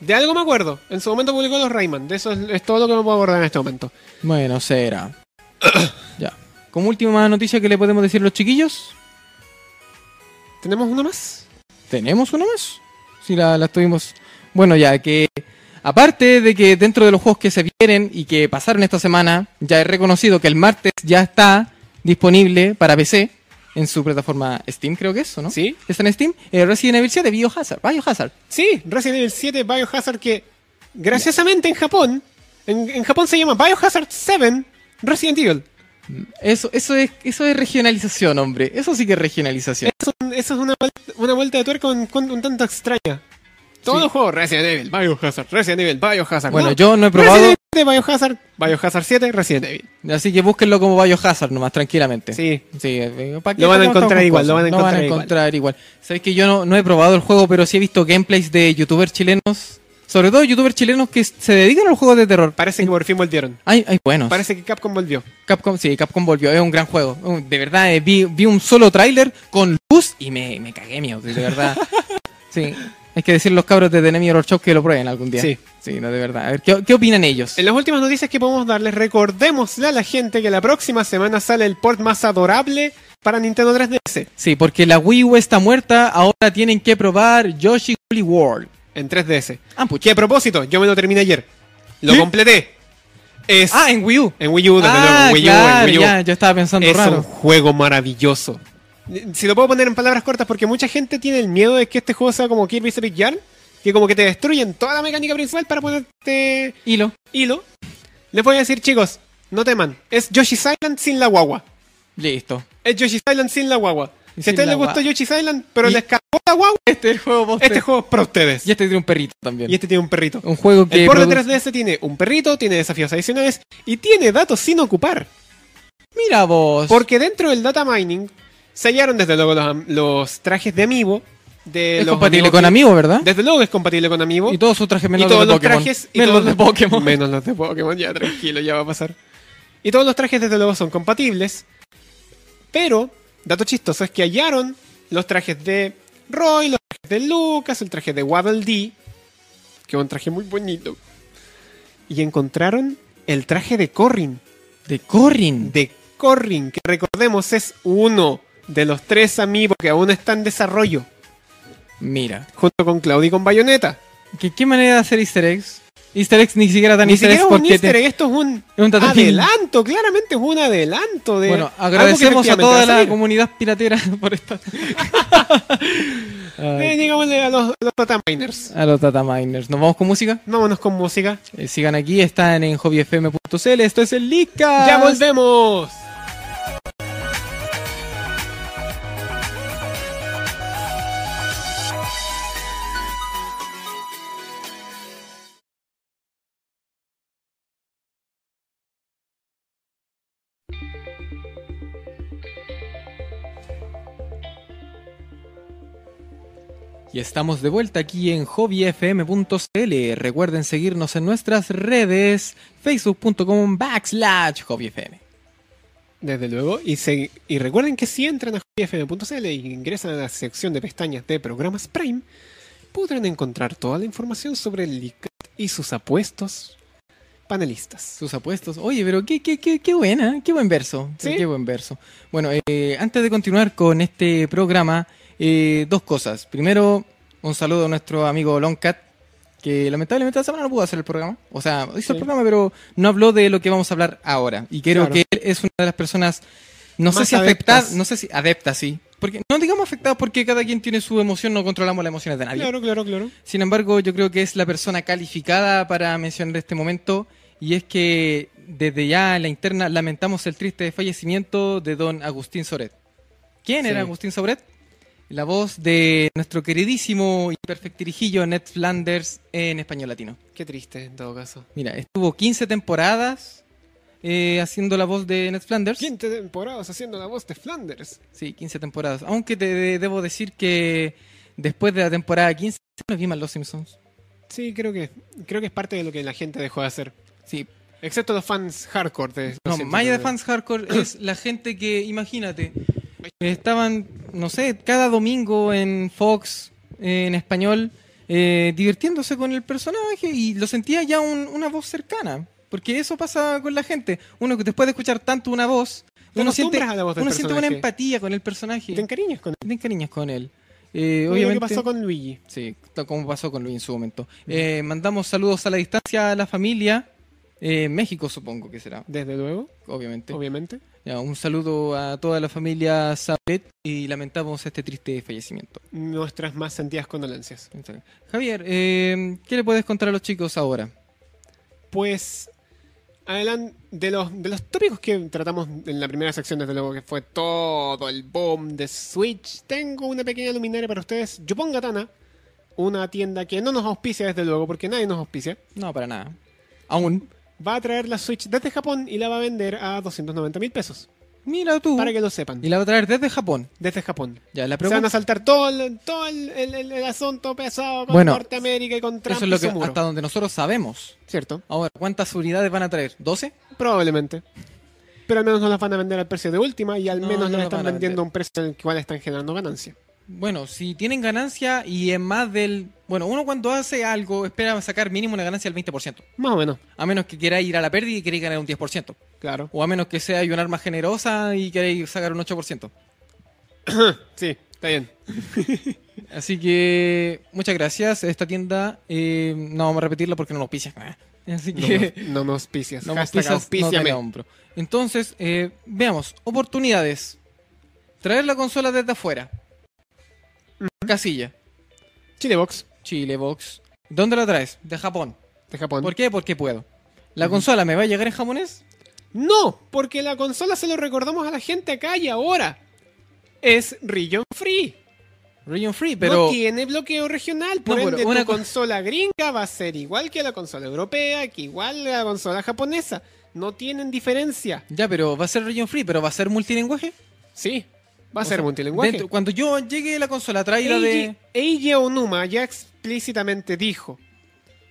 Speaker 2: De algo me acuerdo. En su momento publicó los Rayman. De eso es, es todo lo que me puedo acordar en este momento.
Speaker 3: Bueno, será. *coughs* ya. Como última noticia que le podemos decir a los chiquillos,
Speaker 2: ¿Tenemos uno más?
Speaker 3: ¿tenemos una más? Si la, la tuvimos... Bueno, ya que... Aparte de que dentro de los juegos que se vienen y que pasaron esta semana, ya he reconocido que el martes ya está disponible para PC en su plataforma Steam, creo que es, ¿o ¿no?
Speaker 2: Sí.
Speaker 3: Está en Steam. Eh, Resident Evil 7, Biohazard. Biohazard.
Speaker 2: Sí, Resident Evil 7 Biohazard que graciosamente en Japón, en, en Japón se llama Biohazard 7 Resident Evil.
Speaker 3: Eso, eso, es, eso es regionalización, hombre. Eso sí que es regionalización.
Speaker 2: Eso es una, vuel- una vuelta de tuerca un, con- un tanto extraña. Todos
Speaker 3: Sí.
Speaker 2: los juegos Resident Evil, Biohazard, Resident Evil, Biohazard.
Speaker 3: Bueno,
Speaker 2: ¿no?
Speaker 3: yo no he probado,
Speaker 2: Resident Evil, Biohazard, Biohazard 7, Resident Evil.
Speaker 3: así que búsquenlo como Biohazard nomás, tranquilamente.
Speaker 2: Sí.
Speaker 3: Sí, eh, ¿pa' qué
Speaker 2: Lo van a
Speaker 3: estamos
Speaker 2: encontrar
Speaker 3: con
Speaker 2: igual,
Speaker 3: cosas?
Speaker 2: lo van a encontrar igual.
Speaker 3: encontrar igual. Sabéis que yo no, no he probado el juego, pero sí he visto gameplays de youtubers chilenos, sobre todo youtubers chilenos que se dedican a los juegos de terror.
Speaker 2: Parece que por fin volvieron.
Speaker 3: Hay, hay buenos.
Speaker 2: Parece que Capcom volvió.
Speaker 3: Capcom, sí, Capcom volvió, es un gran juego. Un- De verdad, eh, vi, vi un solo tráiler con luz y me, me cagué mío, de
Speaker 2: *laughs*
Speaker 3: verdad. sí, hay que decir a los cabros de The Enemy Horror Show que lo prueben algún día.
Speaker 2: Sí.
Speaker 3: Sí, no, de verdad. A ver, ¿qué, qué opinan ellos?
Speaker 2: En las últimas noticias que podemos darles, recordémosle a la gente que la próxima semana sale el port más adorable para Nintendo 3DS.
Speaker 3: Sí, porque la Wii U está muerta, ahora tienen que probar Yoshi Woolly World.
Speaker 2: En 3DS.
Speaker 3: Ah, pucha.
Speaker 2: Que a propósito, yo me lo terminé ayer. Lo
Speaker 3: ¿Sí?
Speaker 2: completé. Es
Speaker 3: Ah, en Wii U.
Speaker 2: en Wii U, desde luego,
Speaker 3: Ah,
Speaker 2: en Wii U, en
Speaker 3: claro,
Speaker 2: Wii U.
Speaker 3: ya, yo estaba pensando
Speaker 2: Es un
Speaker 3: raro.
Speaker 2: juego maravilloso. Si lo puedo poner en palabras cortas, porque mucha gente tiene el miedo de que este juego sea como Kirby's Epic Yarn, que como que te destruyen toda la mecánica principal para ponerte
Speaker 3: Hilo.
Speaker 2: hilo. Les voy a decir, chicos, no teman, es Yoshi's Island sin la guagua.
Speaker 3: Listo.
Speaker 2: Es Yoshi's Island sin la guagua. Si a ustedes les gustó Yoshi's Island, pero
Speaker 3: Y-
Speaker 2: les cagó la guagua,
Speaker 3: Este es el juego monstruo.
Speaker 2: este juego es para ustedes.
Speaker 3: Y este tiene un perrito también.
Speaker 2: Y este tiene un perrito.
Speaker 3: Un juego que.
Speaker 2: El por
Speaker 3: produ-
Speaker 2: detrás de este tiene un perrito, tiene desafíos adicionales y tiene datos sin ocupar.
Speaker 3: Mira vos.
Speaker 2: Porque dentro del data mining sellaron desde luego los, am- los trajes de Amiibo. De
Speaker 3: es
Speaker 2: los
Speaker 3: compatible
Speaker 2: amigos
Speaker 3: con
Speaker 2: que-
Speaker 3: Amiibo, ¿verdad?
Speaker 2: Desde luego es compatible con Amiibo.
Speaker 3: Y todos sus trajes menos
Speaker 2: Y todos
Speaker 3: los de
Speaker 2: los
Speaker 3: Pokémon.
Speaker 2: trajes y
Speaker 3: menos
Speaker 2: todos
Speaker 3: los de
Speaker 2: los-
Speaker 3: Pokémon.
Speaker 2: *laughs* Menos los de Pokémon, ya tranquilo, ya va a pasar. Y todos los trajes desde luego son compatibles. Pero, dato chistoso, es que hallaron los trajes de Roy, los trajes de Lucas, el traje de Waddle Dee, que es un traje muy bonito. Y encontraron el traje de Corrin.
Speaker 3: De Corrin.
Speaker 2: De Corrin, que recordemos es uno de los tres amigos que aún está en desarrollo,
Speaker 3: Mira.
Speaker 2: junto con Claudio y con Bayonetta.
Speaker 3: ¿Qué, qué manera de hacer Easter eggs? Easter eggs ni siquiera tan
Speaker 2: Ni
Speaker 3: Easter
Speaker 2: siquiera
Speaker 3: eggs
Speaker 2: es un
Speaker 3: porque.
Speaker 2: easter
Speaker 3: te-
Speaker 2: egg, esto es un
Speaker 3: Es un tatuaje.
Speaker 2: adelanto, claramente es un adelanto de.
Speaker 3: Bueno,
Speaker 2: algo que
Speaker 3: agradecemos a
Speaker 2: efectivamente va
Speaker 3: toda la
Speaker 2: salir.
Speaker 3: comunidad piratera *laughs* por
Speaker 2: *laughs*
Speaker 3: esta.
Speaker 2: Eh,
Speaker 3: Ay,
Speaker 2: digámosle Eh, a los, a los data miners.
Speaker 3: a los data miners. ¿Nos vamos con música?
Speaker 2: Vámonos con música.
Speaker 3: Eh, sigan aquí, están en hobbyfm.cl. Esto es el Lica.
Speaker 2: ¡Ya volvemos!
Speaker 3: Y estamos de vuelta aquí en hobbyfm.cl. Recuerden seguirnos en nuestras redes facebook.com backslash hobbyfm.
Speaker 2: Desde luego, y, se- y recuerden que si entran a jfm.cl y ingresan a la sección de pestañas de programas Prime, podrán encontrar toda la información sobre el LICAT y sus apuestos panelistas.
Speaker 3: Sus apuestos. Oye, pero qué, qué, qué, qué buena, qué buen verso.
Speaker 2: ¿Sí?
Speaker 3: Qué buen verso. Bueno, eh, antes de continuar con este programa, eh, dos cosas. Primero, un saludo a nuestro amigo Longcat, que lamentablemente esta semana no pudo hacer el programa. O sea, hizo
Speaker 2: Sí.
Speaker 3: el programa, pero no habló de lo que vamos a hablar ahora. Y creo
Speaker 2: Claro.
Speaker 3: que él es una de las personas, no sé
Speaker 2: Más
Speaker 3: si afectada,
Speaker 2: adeptas.
Speaker 3: no sé si adepta, sí. Porque, no digamos afectada porque cada quien tiene su emoción, no controlamos las emociones de nadie.
Speaker 2: Claro, claro, claro.
Speaker 3: Sin embargo, yo creo que es la persona calificada para mencionar este momento y es que desde ya en la interna lamentamos el triste fallecimiento de don Agustín Soret. ¿Quién era
Speaker 2: Sí.
Speaker 3: Agustín Soret? La voz de nuestro queridísimo y perfectirijillo Ned Flanders en español latino.
Speaker 2: Qué triste en todo caso.
Speaker 3: Mira, estuvo 15 temporadas eh, haciendo la voz de Ned Flanders.
Speaker 2: 15 temporadas haciendo la voz de Flanders.
Speaker 3: Sí, 15 temporadas. Aunque te de- debo decir que después de la temporada 15 no vi más Los Simpsons.
Speaker 2: Sí, creo que, creo que es parte de lo que la gente dejó de hacer.
Speaker 3: Sí,
Speaker 2: Excepto los fans hardcore. De,
Speaker 3: No,
Speaker 2: siento,
Speaker 3: Maya de
Speaker 2: pero-
Speaker 3: Fans
Speaker 2: *clears throat*
Speaker 3: Hardcore es la gente que, imagínate, estaban, no sé, cada domingo en Fox, eh, en español, eh, divirtiéndose con el personaje y lo sentía ya un- una voz cercana. Porque eso pasa con la gente. Uno que después de escuchar tanto una voz,
Speaker 2: Te
Speaker 3: uno, siente,
Speaker 2: acostumbras a la voz del
Speaker 3: uno siente una
Speaker 2: personaje.
Speaker 3: empatía con el
Speaker 2: Te
Speaker 3: personaje.
Speaker 2: encariñas con
Speaker 3: Ten cariños con él. Eh,
Speaker 2: Mira
Speaker 3: obviamente,
Speaker 2: lo que pasó con Luigi.
Speaker 3: Sí, tal como pasó con Luis en su momento. Eh, mandamos saludos a la distancia a la familia. Eh, México supongo que será,
Speaker 2: Desde luego,
Speaker 3: obviamente.
Speaker 2: obviamente.
Speaker 3: Ya, un saludo a toda la familia Sabet y lamentamos este triste fallecimiento.
Speaker 2: Nuestras más sentidas condolencias.
Speaker 3: Javier, eh, ¿qué le puedes contar a los chicos ahora?
Speaker 2: Pues, adelante, de los, de los tópicos que tratamos en la primera sección, desde luego, que fue todo el boom de Switch, tengo una pequeña luminaria para ustedes. Yupon Gatana, una tienda que no nos auspicia, desde luego, porque nadie nos auspicia.
Speaker 3: No, para nada. Aún.
Speaker 2: va a traer la Switch desde Japón y la va a vender a 290 mil pesos.
Speaker 3: Mira tú.
Speaker 2: Para que lo sepan.
Speaker 3: Y la va a traer desde Japón.
Speaker 2: Desde Japón.
Speaker 3: Ya, la
Speaker 2: Se van
Speaker 3: pregunta.
Speaker 2: a saltar todo el, todo el, el- el- el asunto pesado con
Speaker 3: Bueno,
Speaker 2: Norteamérica y con Trump
Speaker 3: Eso es lo
Speaker 2: y su
Speaker 3: que
Speaker 2: muro.
Speaker 3: hasta donde nosotros sabemos.
Speaker 2: ¿Cierto?
Speaker 3: Ahora, ¿cuántas unidades van a traer? ¿12?
Speaker 2: Probablemente. Pero al menos no las van a vender al precio de última y al
Speaker 3: No,
Speaker 2: menos
Speaker 3: no
Speaker 2: las
Speaker 3: las
Speaker 2: están
Speaker 3: van a
Speaker 2: vendiendo a
Speaker 3: vender.
Speaker 2: un precio en el cual están generando ganancia.
Speaker 3: Bueno, si tienen ganancia y es más del... Bueno, uno cuando hace algo espera sacar mínimo una ganancia del 20%.
Speaker 2: Más o menos,
Speaker 3: A menos que quiera ir a la pérdida y queráis ganar un 10%.
Speaker 2: claro.
Speaker 3: O a menos que sea un arma generosa y queráis sacar un 8%.
Speaker 2: Sí,
Speaker 3: *laughs*
Speaker 2: está bien.
Speaker 3: Así que muchas gracias. Esta tienda eh, no vamos a repetirla porque no nos pisa. *laughs* Así
Speaker 2: No,
Speaker 3: que
Speaker 2: me- no me auspicias.
Speaker 3: *laughs* no nos
Speaker 2: Hashtag
Speaker 3: pisas, no te
Speaker 2: auspíciame.
Speaker 3: la compro. Entonces, eh, veamos, oportunidades. Traer la consola desde afuera. Casilla,
Speaker 2: Chilebox,
Speaker 3: Chile Box. ¿Dónde la traes? De Japón.
Speaker 2: de Japón.
Speaker 3: ¿Por qué? Porque puedo. ¿La consola me va a llegar en japonés?
Speaker 2: No, porque la consola se lo recordamos a la gente acá y ahora. Es region free.
Speaker 3: Region Free, pero
Speaker 2: No tiene bloqueo regional, por
Speaker 3: No, pero
Speaker 2: ende
Speaker 3: una
Speaker 2: tu
Speaker 3: co-
Speaker 2: consola gringa va a ser igual que la consola europea, que igual a la consola japonesa. No tienen diferencia.
Speaker 3: ya, pero va a ser Region Free, pero va a ser multilingüe.
Speaker 2: Sí, va a
Speaker 3: O
Speaker 2: ser
Speaker 3: sea,
Speaker 2: multilingüe.
Speaker 3: dentro- cuando yo llegue la consola traída de
Speaker 2: Eiji, Eiji Onuma ya explícitamente dijo: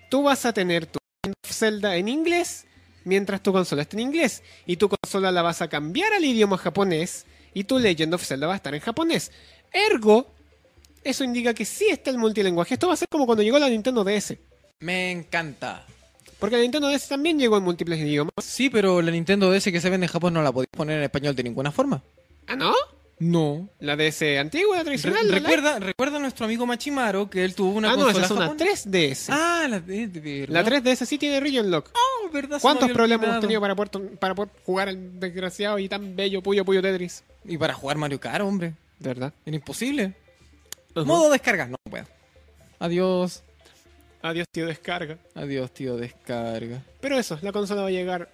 Speaker 2: Tú vas a tener tu Legend of Zelda en inglés mientras tu consola esté en inglés. Y tu consola la vas a cambiar al idioma japonés. Y tu Legend of Zelda va a estar en japonés. Ergo, eso indica que sí está el multilinguaje. Esto va a ser como cuando llegó la Nintendo DS.
Speaker 3: me encanta.
Speaker 2: Porque la Nintendo DS también llegó en múltiples idiomas.
Speaker 3: Sí, pero la Nintendo DS que se vende en Japón no la podéis poner en español de ninguna forma.
Speaker 2: ¿Ah, no?
Speaker 3: No.
Speaker 2: La DS antigua, la tradicional. la Lite.
Speaker 3: recuerda, recuerda a nuestro amigo Machimaro que él tuvo una
Speaker 2: ¿eh? Ah, no, esa
Speaker 3: consola
Speaker 2: es
Speaker 3: Japón.
Speaker 2: una 3DS.
Speaker 3: Ah, la de, de- de-
Speaker 2: la
Speaker 3: ¿verdad?
Speaker 2: 3DS sí tiene region lock.
Speaker 3: Oh, ¿verdad? Se me
Speaker 2: ¿Cuántos
Speaker 3: había
Speaker 2: problemas hemos
Speaker 3: olvidado.
Speaker 2: tenido para poder, para poder jugar al desgraciado y tan bello Puyo Puyo Tetris?
Speaker 3: Y para jugar Mario Kart, hombre.
Speaker 2: De verdad.
Speaker 3: Era imposible. Modo descarga. No, puedo. Adiós.
Speaker 2: Adiós, tío, descarga.
Speaker 3: Adiós, tío, descarga.
Speaker 2: Pero eso, la consola va a llegar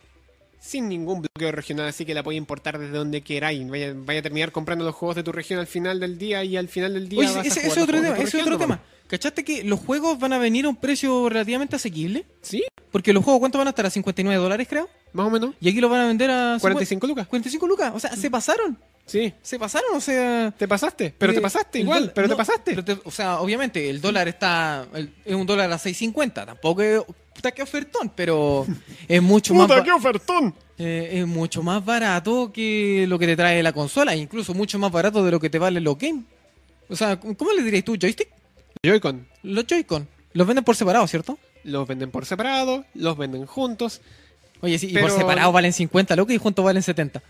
Speaker 2: sin ningún bloqueo regional, así que la podéis importar desde donde queráis. Vaya, vaya a terminar comprando los juegos de tu región al final del día y al final del día.
Speaker 3: Oye,
Speaker 2: vas a
Speaker 3: ese, ese
Speaker 2: jugar
Speaker 3: es
Speaker 2: los
Speaker 3: otro
Speaker 2: juegos de
Speaker 3: tema,
Speaker 2: tu
Speaker 3: ese es
Speaker 2: región,
Speaker 3: otro
Speaker 2: nomás.
Speaker 3: tema. ¿Cachaste que los juegos van a venir a un precio relativamente asequible?
Speaker 2: ¿Sí?
Speaker 3: Porque los juegos, ¿cuánto van a estar? ¿A 59 dólares, creo?
Speaker 2: ¿Más o menos?
Speaker 3: Y aquí los van a vender a...
Speaker 2: 45 lucas.
Speaker 3: 45 lucas. O sea, se pasaron.
Speaker 2: Sí.
Speaker 3: Se pasaron, o sea...
Speaker 2: Te pasaste, pero te
Speaker 3: Eh,
Speaker 2: pasaste
Speaker 3: el
Speaker 2: igual,
Speaker 3: dólar-
Speaker 2: pero
Speaker 3: no,
Speaker 2: te pasaste.
Speaker 3: pero te- o sea, obviamente, el dólar está. el- es un dólar a 6.50. Tampoco es. Puta que ofertón,
Speaker 2: *laughs*
Speaker 3: pero es mucho más. ba-
Speaker 2: ofertón!
Speaker 3: eh, es mucho más barato que lo que te trae la consola. Incluso mucho más barato de lo que te vale los games. O sea, ¿cómo le dirías tú? ¿Joystick?
Speaker 2: Joy-Con.
Speaker 3: Los Joy-Con. Los venden por separado, ¿cierto?
Speaker 2: Los venden por separado, los venden juntos.
Speaker 3: Oye, sí, y
Speaker 2: Pero- Oh,
Speaker 3: por separado valen 50, loco, y juntos valen 70.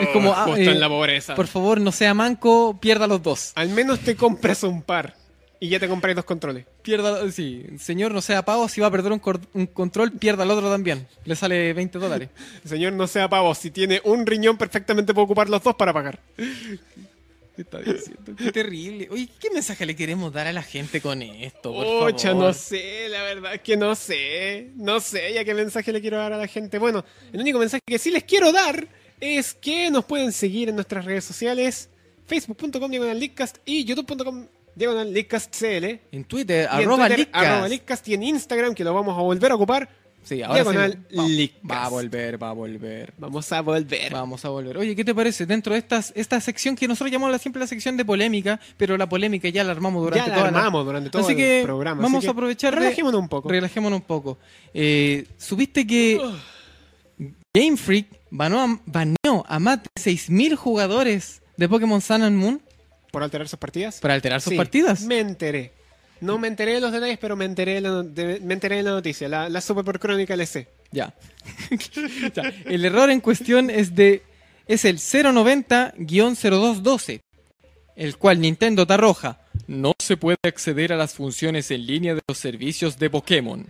Speaker 3: es como. ah,
Speaker 2: justo
Speaker 3: eh,
Speaker 2: en la pobreza.
Speaker 3: por favor, no sea manco, pierda los dos.
Speaker 2: Al menos te compras un par y ya te compras dos controles.
Speaker 3: Pierda, sí, señor, no sea pago, si va a perder un, cor- un control, pierda el otro también. Le sale 20 dólares.
Speaker 2: Señor, no sea pavo. Si tiene un riñón, perfectamente puede ocupar los dos para pagar.
Speaker 3: ¿Qué *laughs* está diciendo? Qué terrible. Oye, ¿qué mensaje le queremos dar a la gente con esto, por
Speaker 2: Ocha,
Speaker 3: favor?
Speaker 2: no sé, la verdad es que no sé. No sé ya qué mensaje le quiero dar a la gente. Bueno, el único mensaje que sí les quiero dar es que nos pueden seguir en nuestras redes sociales: facebook.com diagonal leakcast y youtube.com diagonal leakcastcl. Y
Speaker 3: En Twitter,
Speaker 2: en
Speaker 3: arroba
Speaker 2: Twitter,
Speaker 3: Leakcast.
Speaker 2: arroba leakcast y en Instagram, que lo vamos a volver a ocupar.
Speaker 3: Sí, ahora sí,
Speaker 2: diagonal
Speaker 3: va-
Speaker 2: Leakcast.
Speaker 3: va a volver, va a volver.
Speaker 2: Vamos a volver.
Speaker 3: Vamos a volver. Oye, ¿qué te parece? Dentro de estas, esta sección que nosotros llamamos la- siempre la sección de polémica, pero la polémica ya la armamos durante
Speaker 2: ya la
Speaker 3: toda la-
Speaker 2: armamos durante todo
Speaker 3: Así
Speaker 2: el
Speaker 3: que
Speaker 2: programa.
Speaker 3: vamos
Speaker 2: así
Speaker 3: a
Speaker 2: que
Speaker 3: aprovechar de-
Speaker 2: Relajémonos un poco.
Speaker 3: Relajémonos un poco. Eh, ¿Supiste que Game Freak banó a, baneó a más de 6.000 jugadores de Pokémon Sun and Moon
Speaker 2: ¿Por alterar sus partidas?
Speaker 3: para alterar sus
Speaker 2: Sí,
Speaker 3: partidas?
Speaker 2: Me enteré. No me enteré de los detalles, pero me enteré de la, no- de- me enteré de la noticia. La, la Super Pro Crónica LC.
Speaker 3: Ya. *laughs* Ya. El error en cuestión es de es el 090-0212, el cual Nintendo te arroja. No se puede acceder a las funciones en línea de los servicios de Pokémon.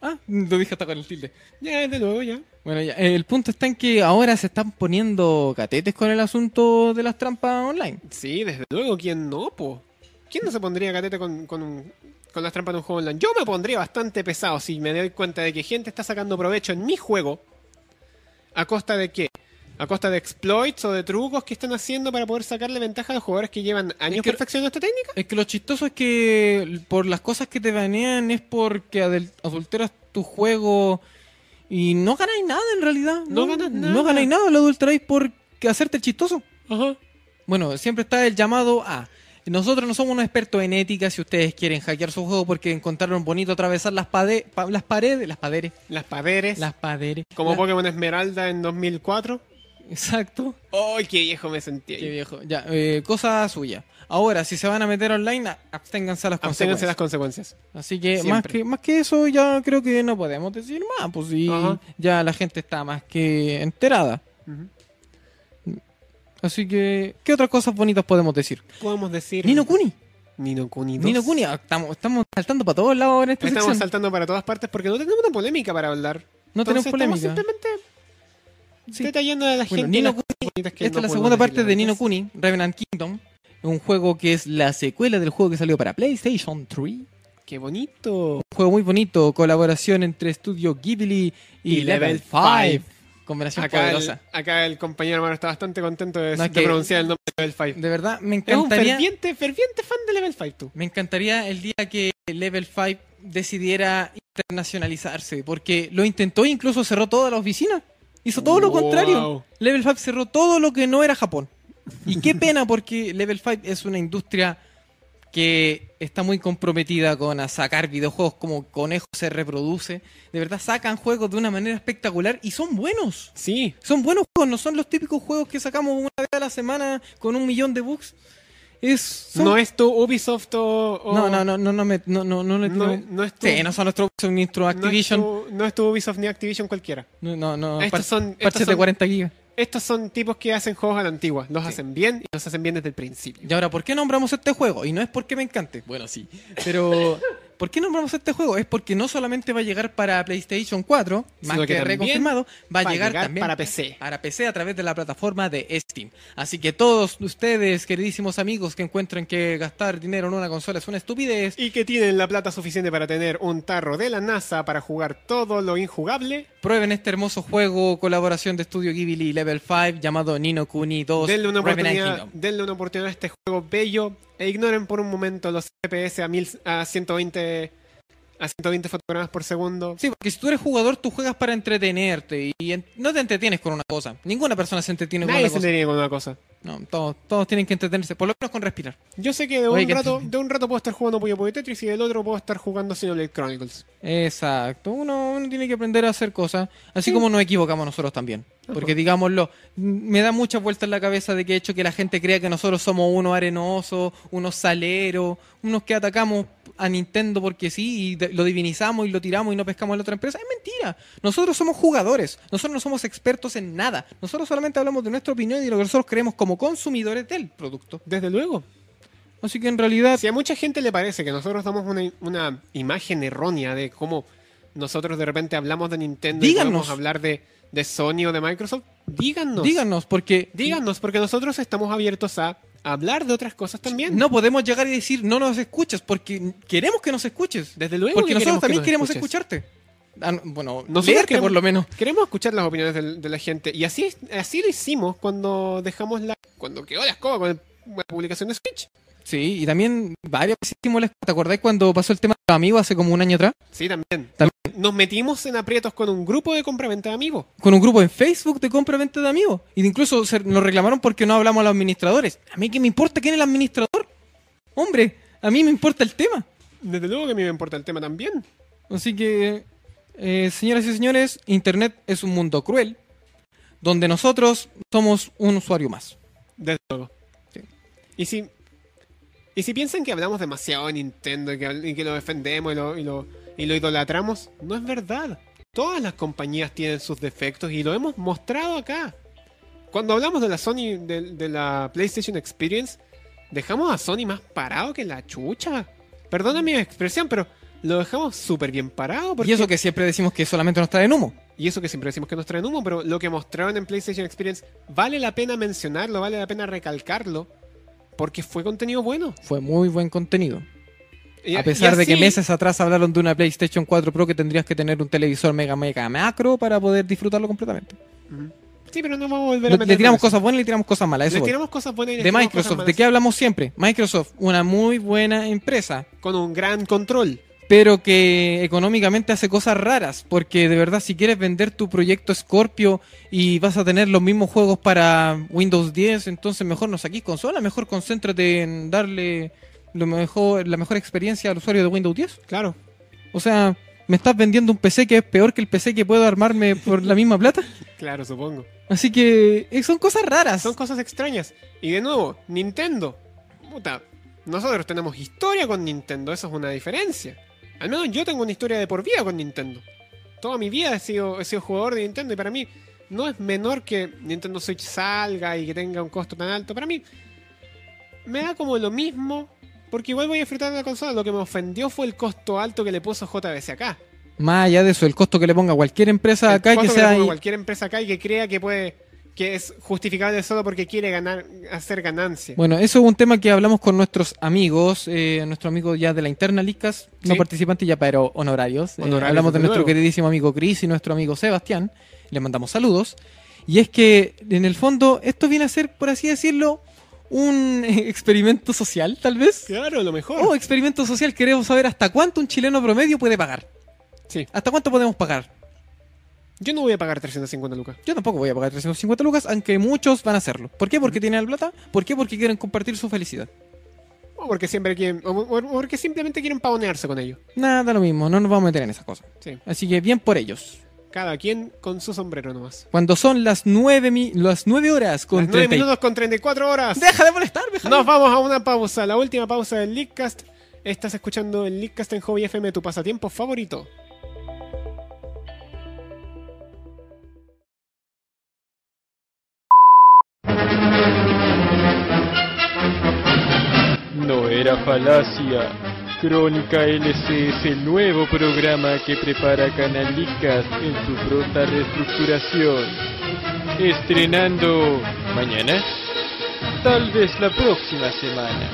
Speaker 3: Ah, lo dije hasta con el tilde.
Speaker 2: Ya, desde luego, ya.
Speaker 3: Bueno, ya, eh, el punto está en que ahora se están poniendo catetes con el asunto de las trampas online.
Speaker 2: Sí, desde luego, ¿quién no, po? ¿Quién no se pondría catete con, con, un- con las trampas de un juego online? Yo me pondría bastante pesado si me doy cuenta de que gente está sacando provecho en mi juego. ¿A costa de qué? ¿A costa de exploits o de trucos que están haciendo para poder sacarle ventaja a los jugadores que llevan años
Speaker 3: que-
Speaker 2: perfeccionando esta técnica?
Speaker 3: Es que lo chistoso es que por las cosas que te banean es porque adel- adulteras tu juego y no ganáis nada en realidad.
Speaker 2: No ganas nada.
Speaker 3: No ganáis nada, lo adulteráis por que- hacerte el chistoso.
Speaker 2: Ajá.
Speaker 3: Bueno, siempre está el llamado a. Nosotros no somos unos expertos en ética si ustedes quieren hackear su juego porque encontraron bonito atravesar las, pade- pa- las paredes, las paredes,
Speaker 2: Las paderes.
Speaker 3: las paredes.
Speaker 2: Como
Speaker 3: La-
Speaker 2: Pokémon Esmeralda en 2004.
Speaker 3: Exacto.
Speaker 2: ¡Ay, qué viejo me sentí! ahí.
Speaker 3: Qué viejo. Ya, eh, cosa suya. Ahora, si se van a meter online, a- absténganse a las
Speaker 2: Absténganse las
Speaker 3: consecuencias.
Speaker 2: consecuencias.
Speaker 3: Así que
Speaker 2: Siempre.
Speaker 3: más, que más que eso, ya creo que no podemos decir más. Pues sí,
Speaker 2: Ajá.
Speaker 3: ya la gente está más que enterada.
Speaker 2: Ujú.
Speaker 3: Así que, ¿qué otras cosas bonitas podemos decir?
Speaker 2: Podemos decir.
Speaker 3: Nino Kuni.
Speaker 2: Nino Kuni 2.
Speaker 3: Nino Kuni. ah, Estamos, estamos saltando para todos lados ahora en esta
Speaker 2: Estamos
Speaker 3: sección.
Speaker 2: saltando para todas partes porque no tenemos una polémica para hablar.
Speaker 3: No tenemos
Speaker 2: Entonces,
Speaker 3: polémica.
Speaker 2: Estamos simplemente
Speaker 3: Sí.
Speaker 2: detallando a la
Speaker 3: Bueno,
Speaker 2: gente.
Speaker 3: Nino
Speaker 2: las cosas bonitas
Speaker 3: Esta
Speaker 2: que no
Speaker 3: es la
Speaker 2: podemos
Speaker 3: segunda parte
Speaker 2: decirle
Speaker 3: de Nino
Speaker 2: antes.
Speaker 3: Kuni, Revenant Kingdom. Un juego que es la secuela del juego que salió para PlayStation 3.
Speaker 2: Qué bonito.
Speaker 3: juego muy bonito, colaboración entre Studio Ghibli y,
Speaker 2: Y Level
Speaker 3: Level 5. Combinación
Speaker 2: Acá el,
Speaker 3: Ah, poderosa.
Speaker 2: acá el compañero hermano está bastante contento de,
Speaker 3: No, es
Speaker 2: de
Speaker 3: que-
Speaker 2: pronunciar el nombre de Level 5.
Speaker 3: De verdad, me
Speaker 2: Es un
Speaker 3: encantaría.
Speaker 2: ferviente, ferviente fan de Level 5, tú.
Speaker 3: Me encantaría el día que Level 5 decidiera internacionalizarse, porque lo intentó e incluso cerró todas las oficinas. Hizo todo lo
Speaker 2: Wow.
Speaker 3: contrario. Level 5 cerró todo lo que no era Japón. Y qué pena, porque Level 5 es una industria que está muy comprometida con a sacar videojuegos como Conejo se reproduce. De verdad, sacan juegos de una manera espectacular y son buenos.
Speaker 2: Sí.
Speaker 3: Son buenos juegos, no son los típicos juegos que sacamos una vez a la semana con un millón de bugs. Es, son
Speaker 2: No es tu Ubisoft o. o-
Speaker 3: no, no, no, no, no, me, no, no, no le
Speaker 2: No,
Speaker 3: tiro-
Speaker 2: no es tu.
Speaker 3: Sí, no son nuestros son nuestro
Speaker 2: no es
Speaker 3: Activision.
Speaker 2: tu- no es tu Ubisoft ni Activision cualquiera.
Speaker 3: No, no, no. par-
Speaker 2: Estos son,
Speaker 3: parches
Speaker 2: estos,
Speaker 3: de
Speaker 2: son,
Speaker 3: 40 gigas.
Speaker 2: estos son tipos que hacen juegos a la antigua. Los
Speaker 3: Sí.
Speaker 2: hacen bien y los hacen bien desde el principio.
Speaker 3: Y ahora, ¿por qué nombramos este juego? Y no es porque me encante. Bueno, sí. Pero, *laughs* ¿por qué nombramos este juego? Es porque no solamente va a llegar para PlayStation 4, más
Speaker 2: Sino
Speaker 3: que,
Speaker 2: que también
Speaker 3: reconfirmado, va a
Speaker 2: para
Speaker 3: llegar, también
Speaker 2: para PC.
Speaker 3: para PC a través de la plataforma de Steam. Así que todos ustedes, queridísimos amigos, que encuentren que gastar dinero en una consola es una estupidez,
Speaker 2: Y que tienen la plata suficiente para tener un tarro de la NASA para jugar todo lo injugable.
Speaker 3: Prueben este hermoso juego, colaboración de Estudio Ghibli y Level 5, llamado Nino Kuni 2.
Speaker 2: denle, una
Speaker 3: Revenant
Speaker 2: oportunidad,
Speaker 3: Kingdom.
Speaker 2: denle una oportunidad a este juego bello. E ignoren por un momento los FPS a, mil, a 120 a 120 fotogramas por segundo.
Speaker 3: Sí, porque si tú eres jugador, tú juegas para entretenerte y en- no te entretienes con una cosa. Ninguna persona se entretiene con
Speaker 2: Nadie
Speaker 3: una
Speaker 2: se
Speaker 3: cosa.
Speaker 2: tenía con una cosa.
Speaker 3: No, todos, todos tienen que entretenerse, por lo menos con respirar.
Speaker 2: Yo sé que de
Speaker 3: Oye,
Speaker 2: un,
Speaker 3: que- *laughs*
Speaker 2: rato, de un rato puedo estar jugando Puyo Puyo Tetris y del otro puedo estar jugando Xenoblade Chronicles.
Speaker 3: Exacto, uno, uno tiene que aprender a hacer cosas, así como nos equivocamos nosotros también. Porque digámoslo, m- me da muchas vueltas en la cabeza de que he hecho que la gente crea que nosotros somos unos arenosos, unos saleros, unos que atacamos a Nintendo porque sí, y de- lo divinizamos y lo tiramos y no pescamos a la otra empresa. Es mentira, nosotros somos jugadores, nosotros no somos expertos en nada, nosotros solamente hablamos de nuestra opinión y de lo que nosotros creemos como consumidores del producto.
Speaker 2: Desde luego.
Speaker 3: Así que en realidad,
Speaker 2: Si a mucha gente le parece que nosotros damos una, una imagen errónea de cómo nosotros de repente hablamos de Nintendo y
Speaker 3: Díganos.
Speaker 2: podemos hablar de, de Sony o de Microsoft, díganos.
Speaker 3: díganos, porque
Speaker 2: Díganos, porque nosotros estamos abiertos a hablar de otras cosas también.
Speaker 3: No podemos llegar y decir no nos escuchas porque queremos que nos escuches.
Speaker 2: Desde luego.
Speaker 3: Porque
Speaker 2: que
Speaker 3: nosotros
Speaker 2: queremos que
Speaker 3: también
Speaker 2: nos
Speaker 3: queremos
Speaker 2: escuches.
Speaker 3: escucharte. Ah, no, bueno,
Speaker 2: Nosotros
Speaker 3: leerte
Speaker 2: queremos-
Speaker 3: por lo menos.
Speaker 2: Queremos escuchar las opiniones del- de, la gente. Y así, así lo hicimos cuando dejamos la. Cuando quedó la escoba con el- la publicación de Switch.
Speaker 3: Sí, y también varias veces hicimos la- ¿Te acordás cuando pasó el tema de los amigos hace como un año atrás?
Speaker 2: Sí, también.
Speaker 3: También.
Speaker 2: Nos metimos en aprietos con un grupo de compraventa de amigos.
Speaker 3: Con un grupo en Facebook de compra-venta de amigos. Y de incluso se- nos reclamaron porque no hablamos a los administradores. A mí que me importa quién es el administrador. Hombre, a mí me importa el tema.
Speaker 2: Desde luego que a mí me importa el tema también.
Speaker 3: Así que, eh, señoras y señores, Internet es un mundo cruel donde nosotros somos un usuario más.
Speaker 2: Desde luego.
Speaker 3: Sí.
Speaker 2: Y si. Y si piensan que hablamos demasiado de Nintendo y que, habl- y que lo defendemos y lo, y lo- y lo idolatramos, no es verdad. Todas las compañías tienen sus defectos y lo hemos mostrado acá. Cuando hablamos de la Sony, de, de la PlayStation Experience, dejamos a Sony más parado que la chucha. Perdona mi expresión, pero lo dejamos súper bien parado.
Speaker 3: Y eso que siempre decimos que solamente nos traen humo.
Speaker 2: Y eso que siempre decimos que nos traen humo, pero lo que mostraron en PlayStation Experience vale la pena mencionarlo, vale la pena recalcarlo, porque fue contenido bueno.
Speaker 3: Fue muy buen contenido.
Speaker 2: Y-
Speaker 3: a pesar
Speaker 2: y
Speaker 3: de que
Speaker 2: así-
Speaker 3: meses atrás hablaron de una PlayStation 4 Pro que tendrías que tener un televisor mega mega macro para poder disfrutarlo completamente.
Speaker 2: Ujú. Sí, pero no vamos a volver a
Speaker 3: Le,
Speaker 2: meternos
Speaker 3: tiramos
Speaker 2: en eso.
Speaker 3: cosas buenas y le tiramos cosas malas. a Eso
Speaker 2: Le
Speaker 3: voy.
Speaker 2: tiramos cosas buenas y le
Speaker 3: de
Speaker 2: tiramos cosas
Speaker 3: Microsoft, ¿de
Speaker 2: malas.
Speaker 3: qué hablamos siempre? Microsoft, una muy buena empresa,
Speaker 2: Con un gran control.
Speaker 3: pero que económicamente hace cosas raras, porque de verdad si quieres vender tu proyecto Scorpio y vas a tener los mismos juegos para Windows 10, entonces mejor no saquís consola, mejor concéntrate en darle lo mejor, la mejor experiencia al usuario de Windows 10.
Speaker 2: Claro.
Speaker 3: O sea, ¿me estás vendiendo un PC que es peor que el PC que puedo armarme por la misma plata?
Speaker 2: Claro, supongo.
Speaker 3: Así que eh, son cosas raras.
Speaker 2: Son cosas extrañas. Y de nuevo, Nintendo. Puta, nosotros tenemos historia con Nintendo, eso es una diferencia. Al menos yo tengo una historia de por vida con Nintendo. Toda mi vida he sido, he sido jugador de Nintendo y para mí no es menor que Nintendo Switch salga y que tenga un costo tan alto. Para mí me da como lo mismo, porque igual voy a disfrutar de la consola. Lo que me ofendió fue el costo alto que le puso JBC acá.
Speaker 3: Más allá de eso, el costo que le ponga cualquier empresa
Speaker 2: El
Speaker 3: acá que
Speaker 2: costo le
Speaker 3: sea
Speaker 2: ponga
Speaker 3: i-
Speaker 2: cualquier empresa acá y que crea que puede que es justificable solo porque quiere ganar, hacer ganancia.
Speaker 3: Bueno, eso es un tema que hablamos con nuestros amigos, eh, nuestro amigo ya de la interna Licas, no
Speaker 2: Sí.
Speaker 3: participante ya, pero honorarios. Eh,
Speaker 2: Honorarios,
Speaker 3: hablamos de
Speaker 2: desde
Speaker 3: nuestro
Speaker 2: luego.
Speaker 3: queridísimo amigo Chris y nuestro amigo Sebastián. Les mandamos saludos. Y es que, en el fondo, esto viene a ser, por así decirlo, un *laughs* eh, experimento social, tal vez.
Speaker 2: Claro, lo mejor.
Speaker 3: Oh, experimento social, queremos saber hasta cuánto un chileno promedio puede pagar.
Speaker 2: Sí.
Speaker 3: ¿Hasta cuánto podemos pagar?
Speaker 2: Yo no voy a pagar 350 lucas.
Speaker 3: Yo tampoco voy a pagar 350 lucas, aunque muchos van a hacerlo. ¿Por qué? Porque tienen la plata. ¿Por qué? Porque quieren compartir su felicidad.
Speaker 2: O porque siempre quieren, o, o- o porque simplemente quieren pavonearse con ello.
Speaker 3: Nada, lo mismo, no nos vamos a meter en esas cosas.
Speaker 2: Sí.
Speaker 3: Así que bien por ellos.
Speaker 2: Cada quien con su sombrero nomás.
Speaker 3: Cuando son las 9, mi- las 9 horas con
Speaker 2: Las 9
Speaker 3: 30 y-
Speaker 2: minutos con 34 horas.
Speaker 3: Deja de molestar, deja
Speaker 2: Nos vamos a una pausa, la última pausa del Leadcast. Estás escuchando el Leadcast en Hobby FM, tu pasatiempo favorito.
Speaker 4: No era falacia. Crónica LC es el nuevo programa que prepara Canalicas en su pronta reestructuración. Estrenando mañana, tal vez la próxima semana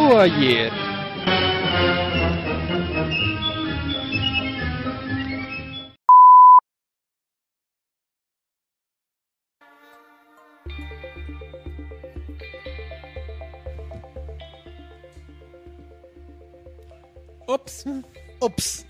Speaker 4: o ayer.
Speaker 3: Ops, ops.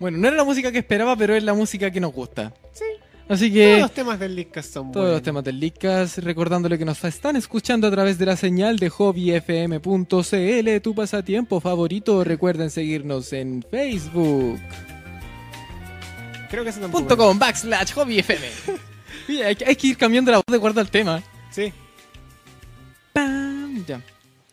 Speaker 3: Bueno, no era la música que esperaba, pero es la música que nos gusta.
Speaker 2: Sí.
Speaker 3: Así que
Speaker 2: Todos
Speaker 3: todos,
Speaker 2: los temas del Leadcast son
Speaker 3: los
Speaker 2: buenos.
Speaker 3: temas del Leadcast, recordándole que nos están escuchando a través de la señal de hobbyfm.cl, tu pasatiempo favorito. Recuerden seguirnos en Facebook.
Speaker 2: Creo que eso tampoco
Speaker 3: Punto
Speaker 2: es.
Speaker 3: com backslash hobbyfm. *laughs* Y hay, que- hay que ir cambiando la voz de guarda al tema.
Speaker 2: Sí.
Speaker 3: Pam, ya.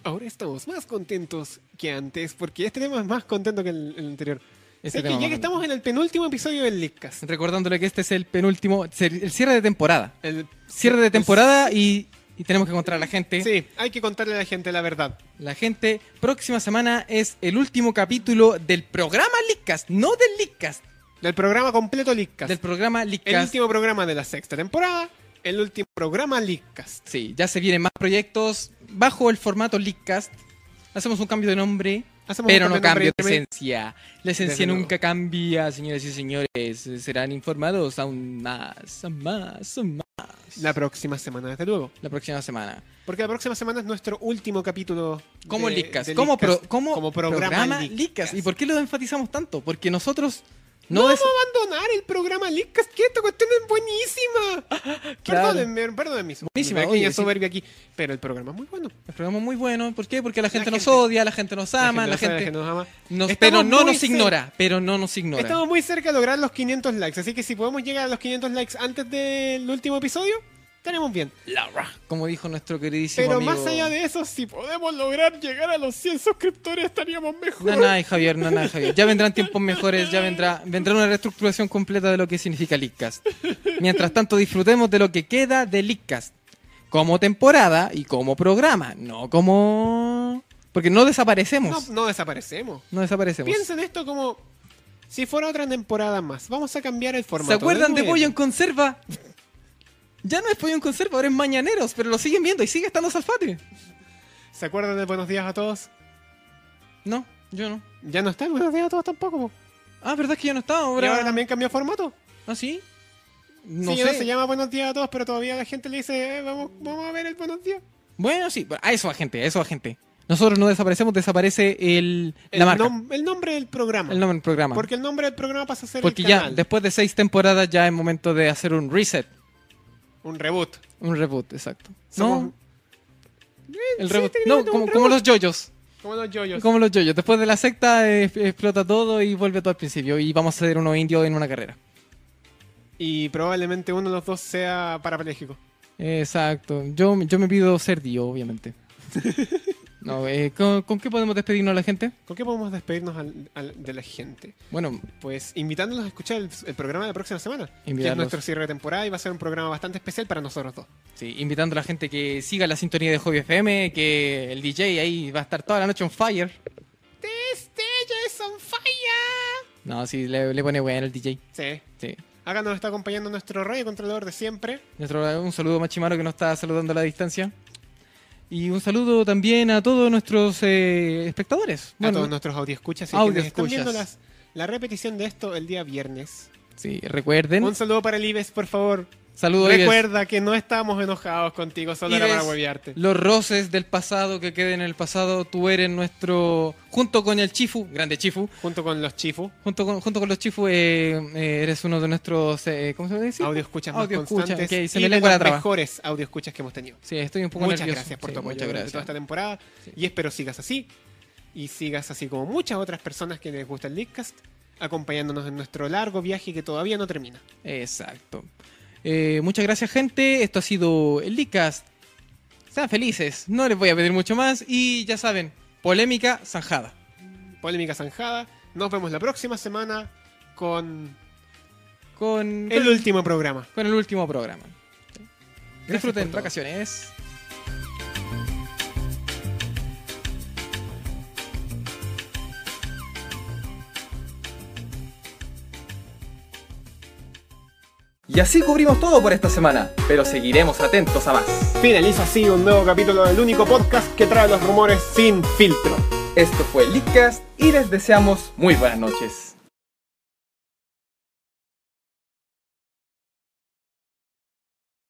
Speaker 2: Ahora estamos más contentos que antes, porque este tema es más contento que el, el anterior.
Speaker 3: Este
Speaker 2: Sé
Speaker 3: tema
Speaker 2: que ya
Speaker 3: más
Speaker 2: que
Speaker 3: contento.
Speaker 2: estamos en el penúltimo episodio del Leadcast.
Speaker 3: Recordándole que este es el penúltimo, el cierre de temporada.
Speaker 2: El
Speaker 3: Cierre de temporada y, y tenemos que encontrar a la gente.
Speaker 2: pues. Sí, hay que contarle a la gente la verdad.
Speaker 3: La gente, próxima semana es el último capítulo del programa Leakcast, no del Leakcast,
Speaker 2: Del programa completo Leadcast.
Speaker 3: del programa
Speaker 2: El
Speaker 3: Leakcast.
Speaker 2: último programa de la sexta temporada, el último programa Leadcast.
Speaker 3: Sí, ya se vienen más proyectos bajo el formato Leakcast. Hacemos un cambio de nombre,
Speaker 2: Hacemos
Speaker 3: pero
Speaker 2: un
Speaker 3: no cambio
Speaker 2: cambio de
Speaker 3: de
Speaker 2: nombre.
Speaker 3: esencia. La
Speaker 2: Desde
Speaker 3: esencia
Speaker 2: luego.
Speaker 3: nunca cambia, señoras y señores. Serán informados aún más, aún más, aún más.
Speaker 2: La próxima semana, desde luego.
Speaker 3: la próxima semana.
Speaker 2: Porque la próxima semana es nuestro último capítulo.
Speaker 3: como
Speaker 2: de-
Speaker 3: Leakcast,
Speaker 2: de
Speaker 3: como,
Speaker 2: Leadcast.
Speaker 3: pro- como
Speaker 2: Como programa
Speaker 3: programa,
Speaker 2: Leakcast.
Speaker 3: Leakcast. ¿Y por qué lo enfatizamos tanto? Porque nosotros no, des-
Speaker 2: Abandonar el programa Leadcast, que esta cuestión es buenísima.
Speaker 3: *laughs* Claro.
Speaker 2: Perdónenme, perdónenme. mis-
Speaker 3: Buenísima,
Speaker 2: mi pequeña
Speaker 3: oye, sí.
Speaker 2: soberbia aquí. Pero el programa es muy bueno.
Speaker 3: El programa es muy bueno. ¿Por qué? Porque la gente nos
Speaker 2: gente-
Speaker 3: odia, la gente nos ama, la
Speaker 2: nos sabe,
Speaker 3: gente,
Speaker 2: nos ama.
Speaker 3: nos-
Speaker 2: Estamos
Speaker 3: pero no
Speaker 2: muy
Speaker 3: nos
Speaker 2: cer-
Speaker 3: ignora. Pero no nos ignora.
Speaker 2: Estamos muy cerca de lograr los 500 likes. Así que si podemos llegar a los 500 likes antes del último episodio, estaremos bien.
Speaker 3: Como dijo nuestro queridísimo
Speaker 2: Pero
Speaker 3: amigo.
Speaker 2: más allá de eso, si podemos lograr llegar a los 100 suscriptores, estaríamos mejor.
Speaker 3: No, no, Javier, no, no, Javier. Ya vendrán tiempos mejores, ya vendrá, vendrá una reestructuración completa de lo que significa Leakcast. Mientras tanto, disfrutemos de lo que queda de Leakcast. Como temporada y como programa, no como... Porque no
Speaker 2: No,
Speaker 3: desaparecemos. No,
Speaker 2: no desaparecemos.
Speaker 3: desaparecemos.
Speaker 2: Piensen esto como si fuera otra temporada más. Vamos a cambiar el formato.
Speaker 3: ¿Se acuerdan de
Speaker 2: nuevo.
Speaker 3: Pollo en Conserva? Ya no es Pollo en Conserva, ahora es Mañaneros, pero lo siguen viendo y sigue estando Salfate.
Speaker 2: ¿Se acuerdan de Buenos Días a Todos?
Speaker 3: No, yo no.
Speaker 2: Ya no está el Buenos Días a Todos tampoco. po.
Speaker 3: Ah, ¿verdad que yo no estaba?
Speaker 2: Y
Speaker 3: Ahora...
Speaker 2: ahora también cambió formato.
Speaker 3: ¿Ah, sí? No
Speaker 2: Sí,
Speaker 3: sé.
Speaker 2: ahora se llama Buenos Días a Todos, pero todavía la gente le dice, eh, vamos, vamos a ver el Buenos Días.
Speaker 3: Bueno, sí, bueno, a eso agente, a eso agente. Nosotros no desaparecemos, desaparece el,
Speaker 2: El,
Speaker 3: la marca,
Speaker 2: nom- el nombre del programa.
Speaker 3: el nombre del programa.
Speaker 2: Porque el nombre del programa pasa a ser
Speaker 3: Porque
Speaker 2: el
Speaker 3: ya
Speaker 2: canal.
Speaker 3: después de seis temporadas ya es momento de hacer un reset,
Speaker 2: Un reboot.
Speaker 3: un reboot, exacto.
Speaker 2: Somos-
Speaker 3: No, el reboot, no,
Speaker 2: técnicamente un
Speaker 3: como,
Speaker 2: reboot.
Speaker 3: como los yoyos,
Speaker 2: Como los yoyos.
Speaker 3: como los yoyos. Después de la secta eh, explota todo y vuelve todo al principio y vamos a ser unos indios en una carrera.
Speaker 2: Y probablemente uno de los dos sea parapléjico.
Speaker 3: Exacto. Yo, yo me pido ser Dio,
Speaker 2: *laughs*
Speaker 3: obviamente. No, eh, ¿con, con qué podemos despedirnos a la gente?
Speaker 2: ¿Con qué podemos despedirnos al- al- de la gente?
Speaker 3: Bueno,
Speaker 2: Pues invitándolos a escuchar el, el programa de la próxima semana. Que es
Speaker 3: Invitarlos.
Speaker 2: nuestro cierre de temporada y va a ser un programa bastante especial para nosotros dos.
Speaker 3: Sí, invitando a la gente que siga la sintonía de Hobby FM, que el DJ ahí va a estar toda la noche on fire.
Speaker 2: ¡Este Jason Falla!
Speaker 3: No, sí, le, le pone bueno el DJ.
Speaker 2: Sí.
Speaker 3: Sí.
Speaker 2: Acá nos está acompañando nuestro radio controlador de siempre.
Speaker 3: Nuestro- un saludo a Machimaro que nos está saludando a la distancia. Y un saludo también a todos nuestros eh, espectadores.
Speaker 2: a
Speaker 3: Bueno,
Speaker 2: todos nuestros audioescuchas y
Speaker 3: Audio
Speaker 2: quienes están
Speaker 3: escuchas.
Speaker 2: viendo las- la repetición de esto el día viernes.
Speaker 3: sí, recuerden.
Speaker 2: Un saludo para el Ives, por favor.
Speaker 3: saludo a ellos.
Speaker 2: Recuerda que no estamos enojados contigo, solo era
Speaker 3: Ives,
Speaker 2: para huevearte.
Speaker 3: Los roces del pasado que queden en el pasado. Tú eres nuestro. Junto con el Chifu, grande Chifu.
Speaker 2: Junto con los Chifu,
Speaker 3: Junto con, junto con los Chifu, eh, eh, eres uno de nuestros. eh, ¿Cómo se dice?
Speaker 2: audio escuchas más
Speaker 3: Audioescuchas,
Speaker 2: constantes
Speaker 3: ok, se
Speaker 2: y
Speaker 3: me
Speaker 2: de
Speaker 3: lengua la
Speaker 2: los
Speaker 3: traba.
Speaker 2: mejores audio escuchas que hemos tenido.
Speaker 3: Sí, estoy un poco
Speaker 2: Muchas
Speaker 3: nervioso.
Speaker 2: gracias por
Speaker 3: Sí,
Speaker 2: tu apoyo
Speaker 3: Muchas
Speaker 2: durante toda
Speaker 3: gracias.
Speaker 2: esta temporada
Speaker 3: Sí.
Speaker 2: y espero sigas así y sigas así como muchas otras personas que les gusta el Leadcast acompañándonos en nuestro largo viaje que todavía no termina.
Speaker 3: Exacto. Eh, muchas gracias, gente. Esto ha sido el Licast. Sean felices. No les voy a pedir mucho más. Y ya saben, polémica zanjada.
Speaker 2: Polémica zanjada. Nos vemos la próxima semana con
Speaker 3: Con
Speaker 2: el
Speaker 3: con-
Speaker 2: último programa.
Speaker 3: con el último programa. Disfruten
Speaker 2: por todo.
Speaker 3: vacaciones.
Speaker 5: Y así cubrimos todo por esta semana, pero seguiremos atentos a más.
Speaker 2: Finaliza así un nuevo capítulo del único podcast que trae los rumores sin filtro.
Speaker 5: Esto fue Leakcast y les deseamos muy buenas noches.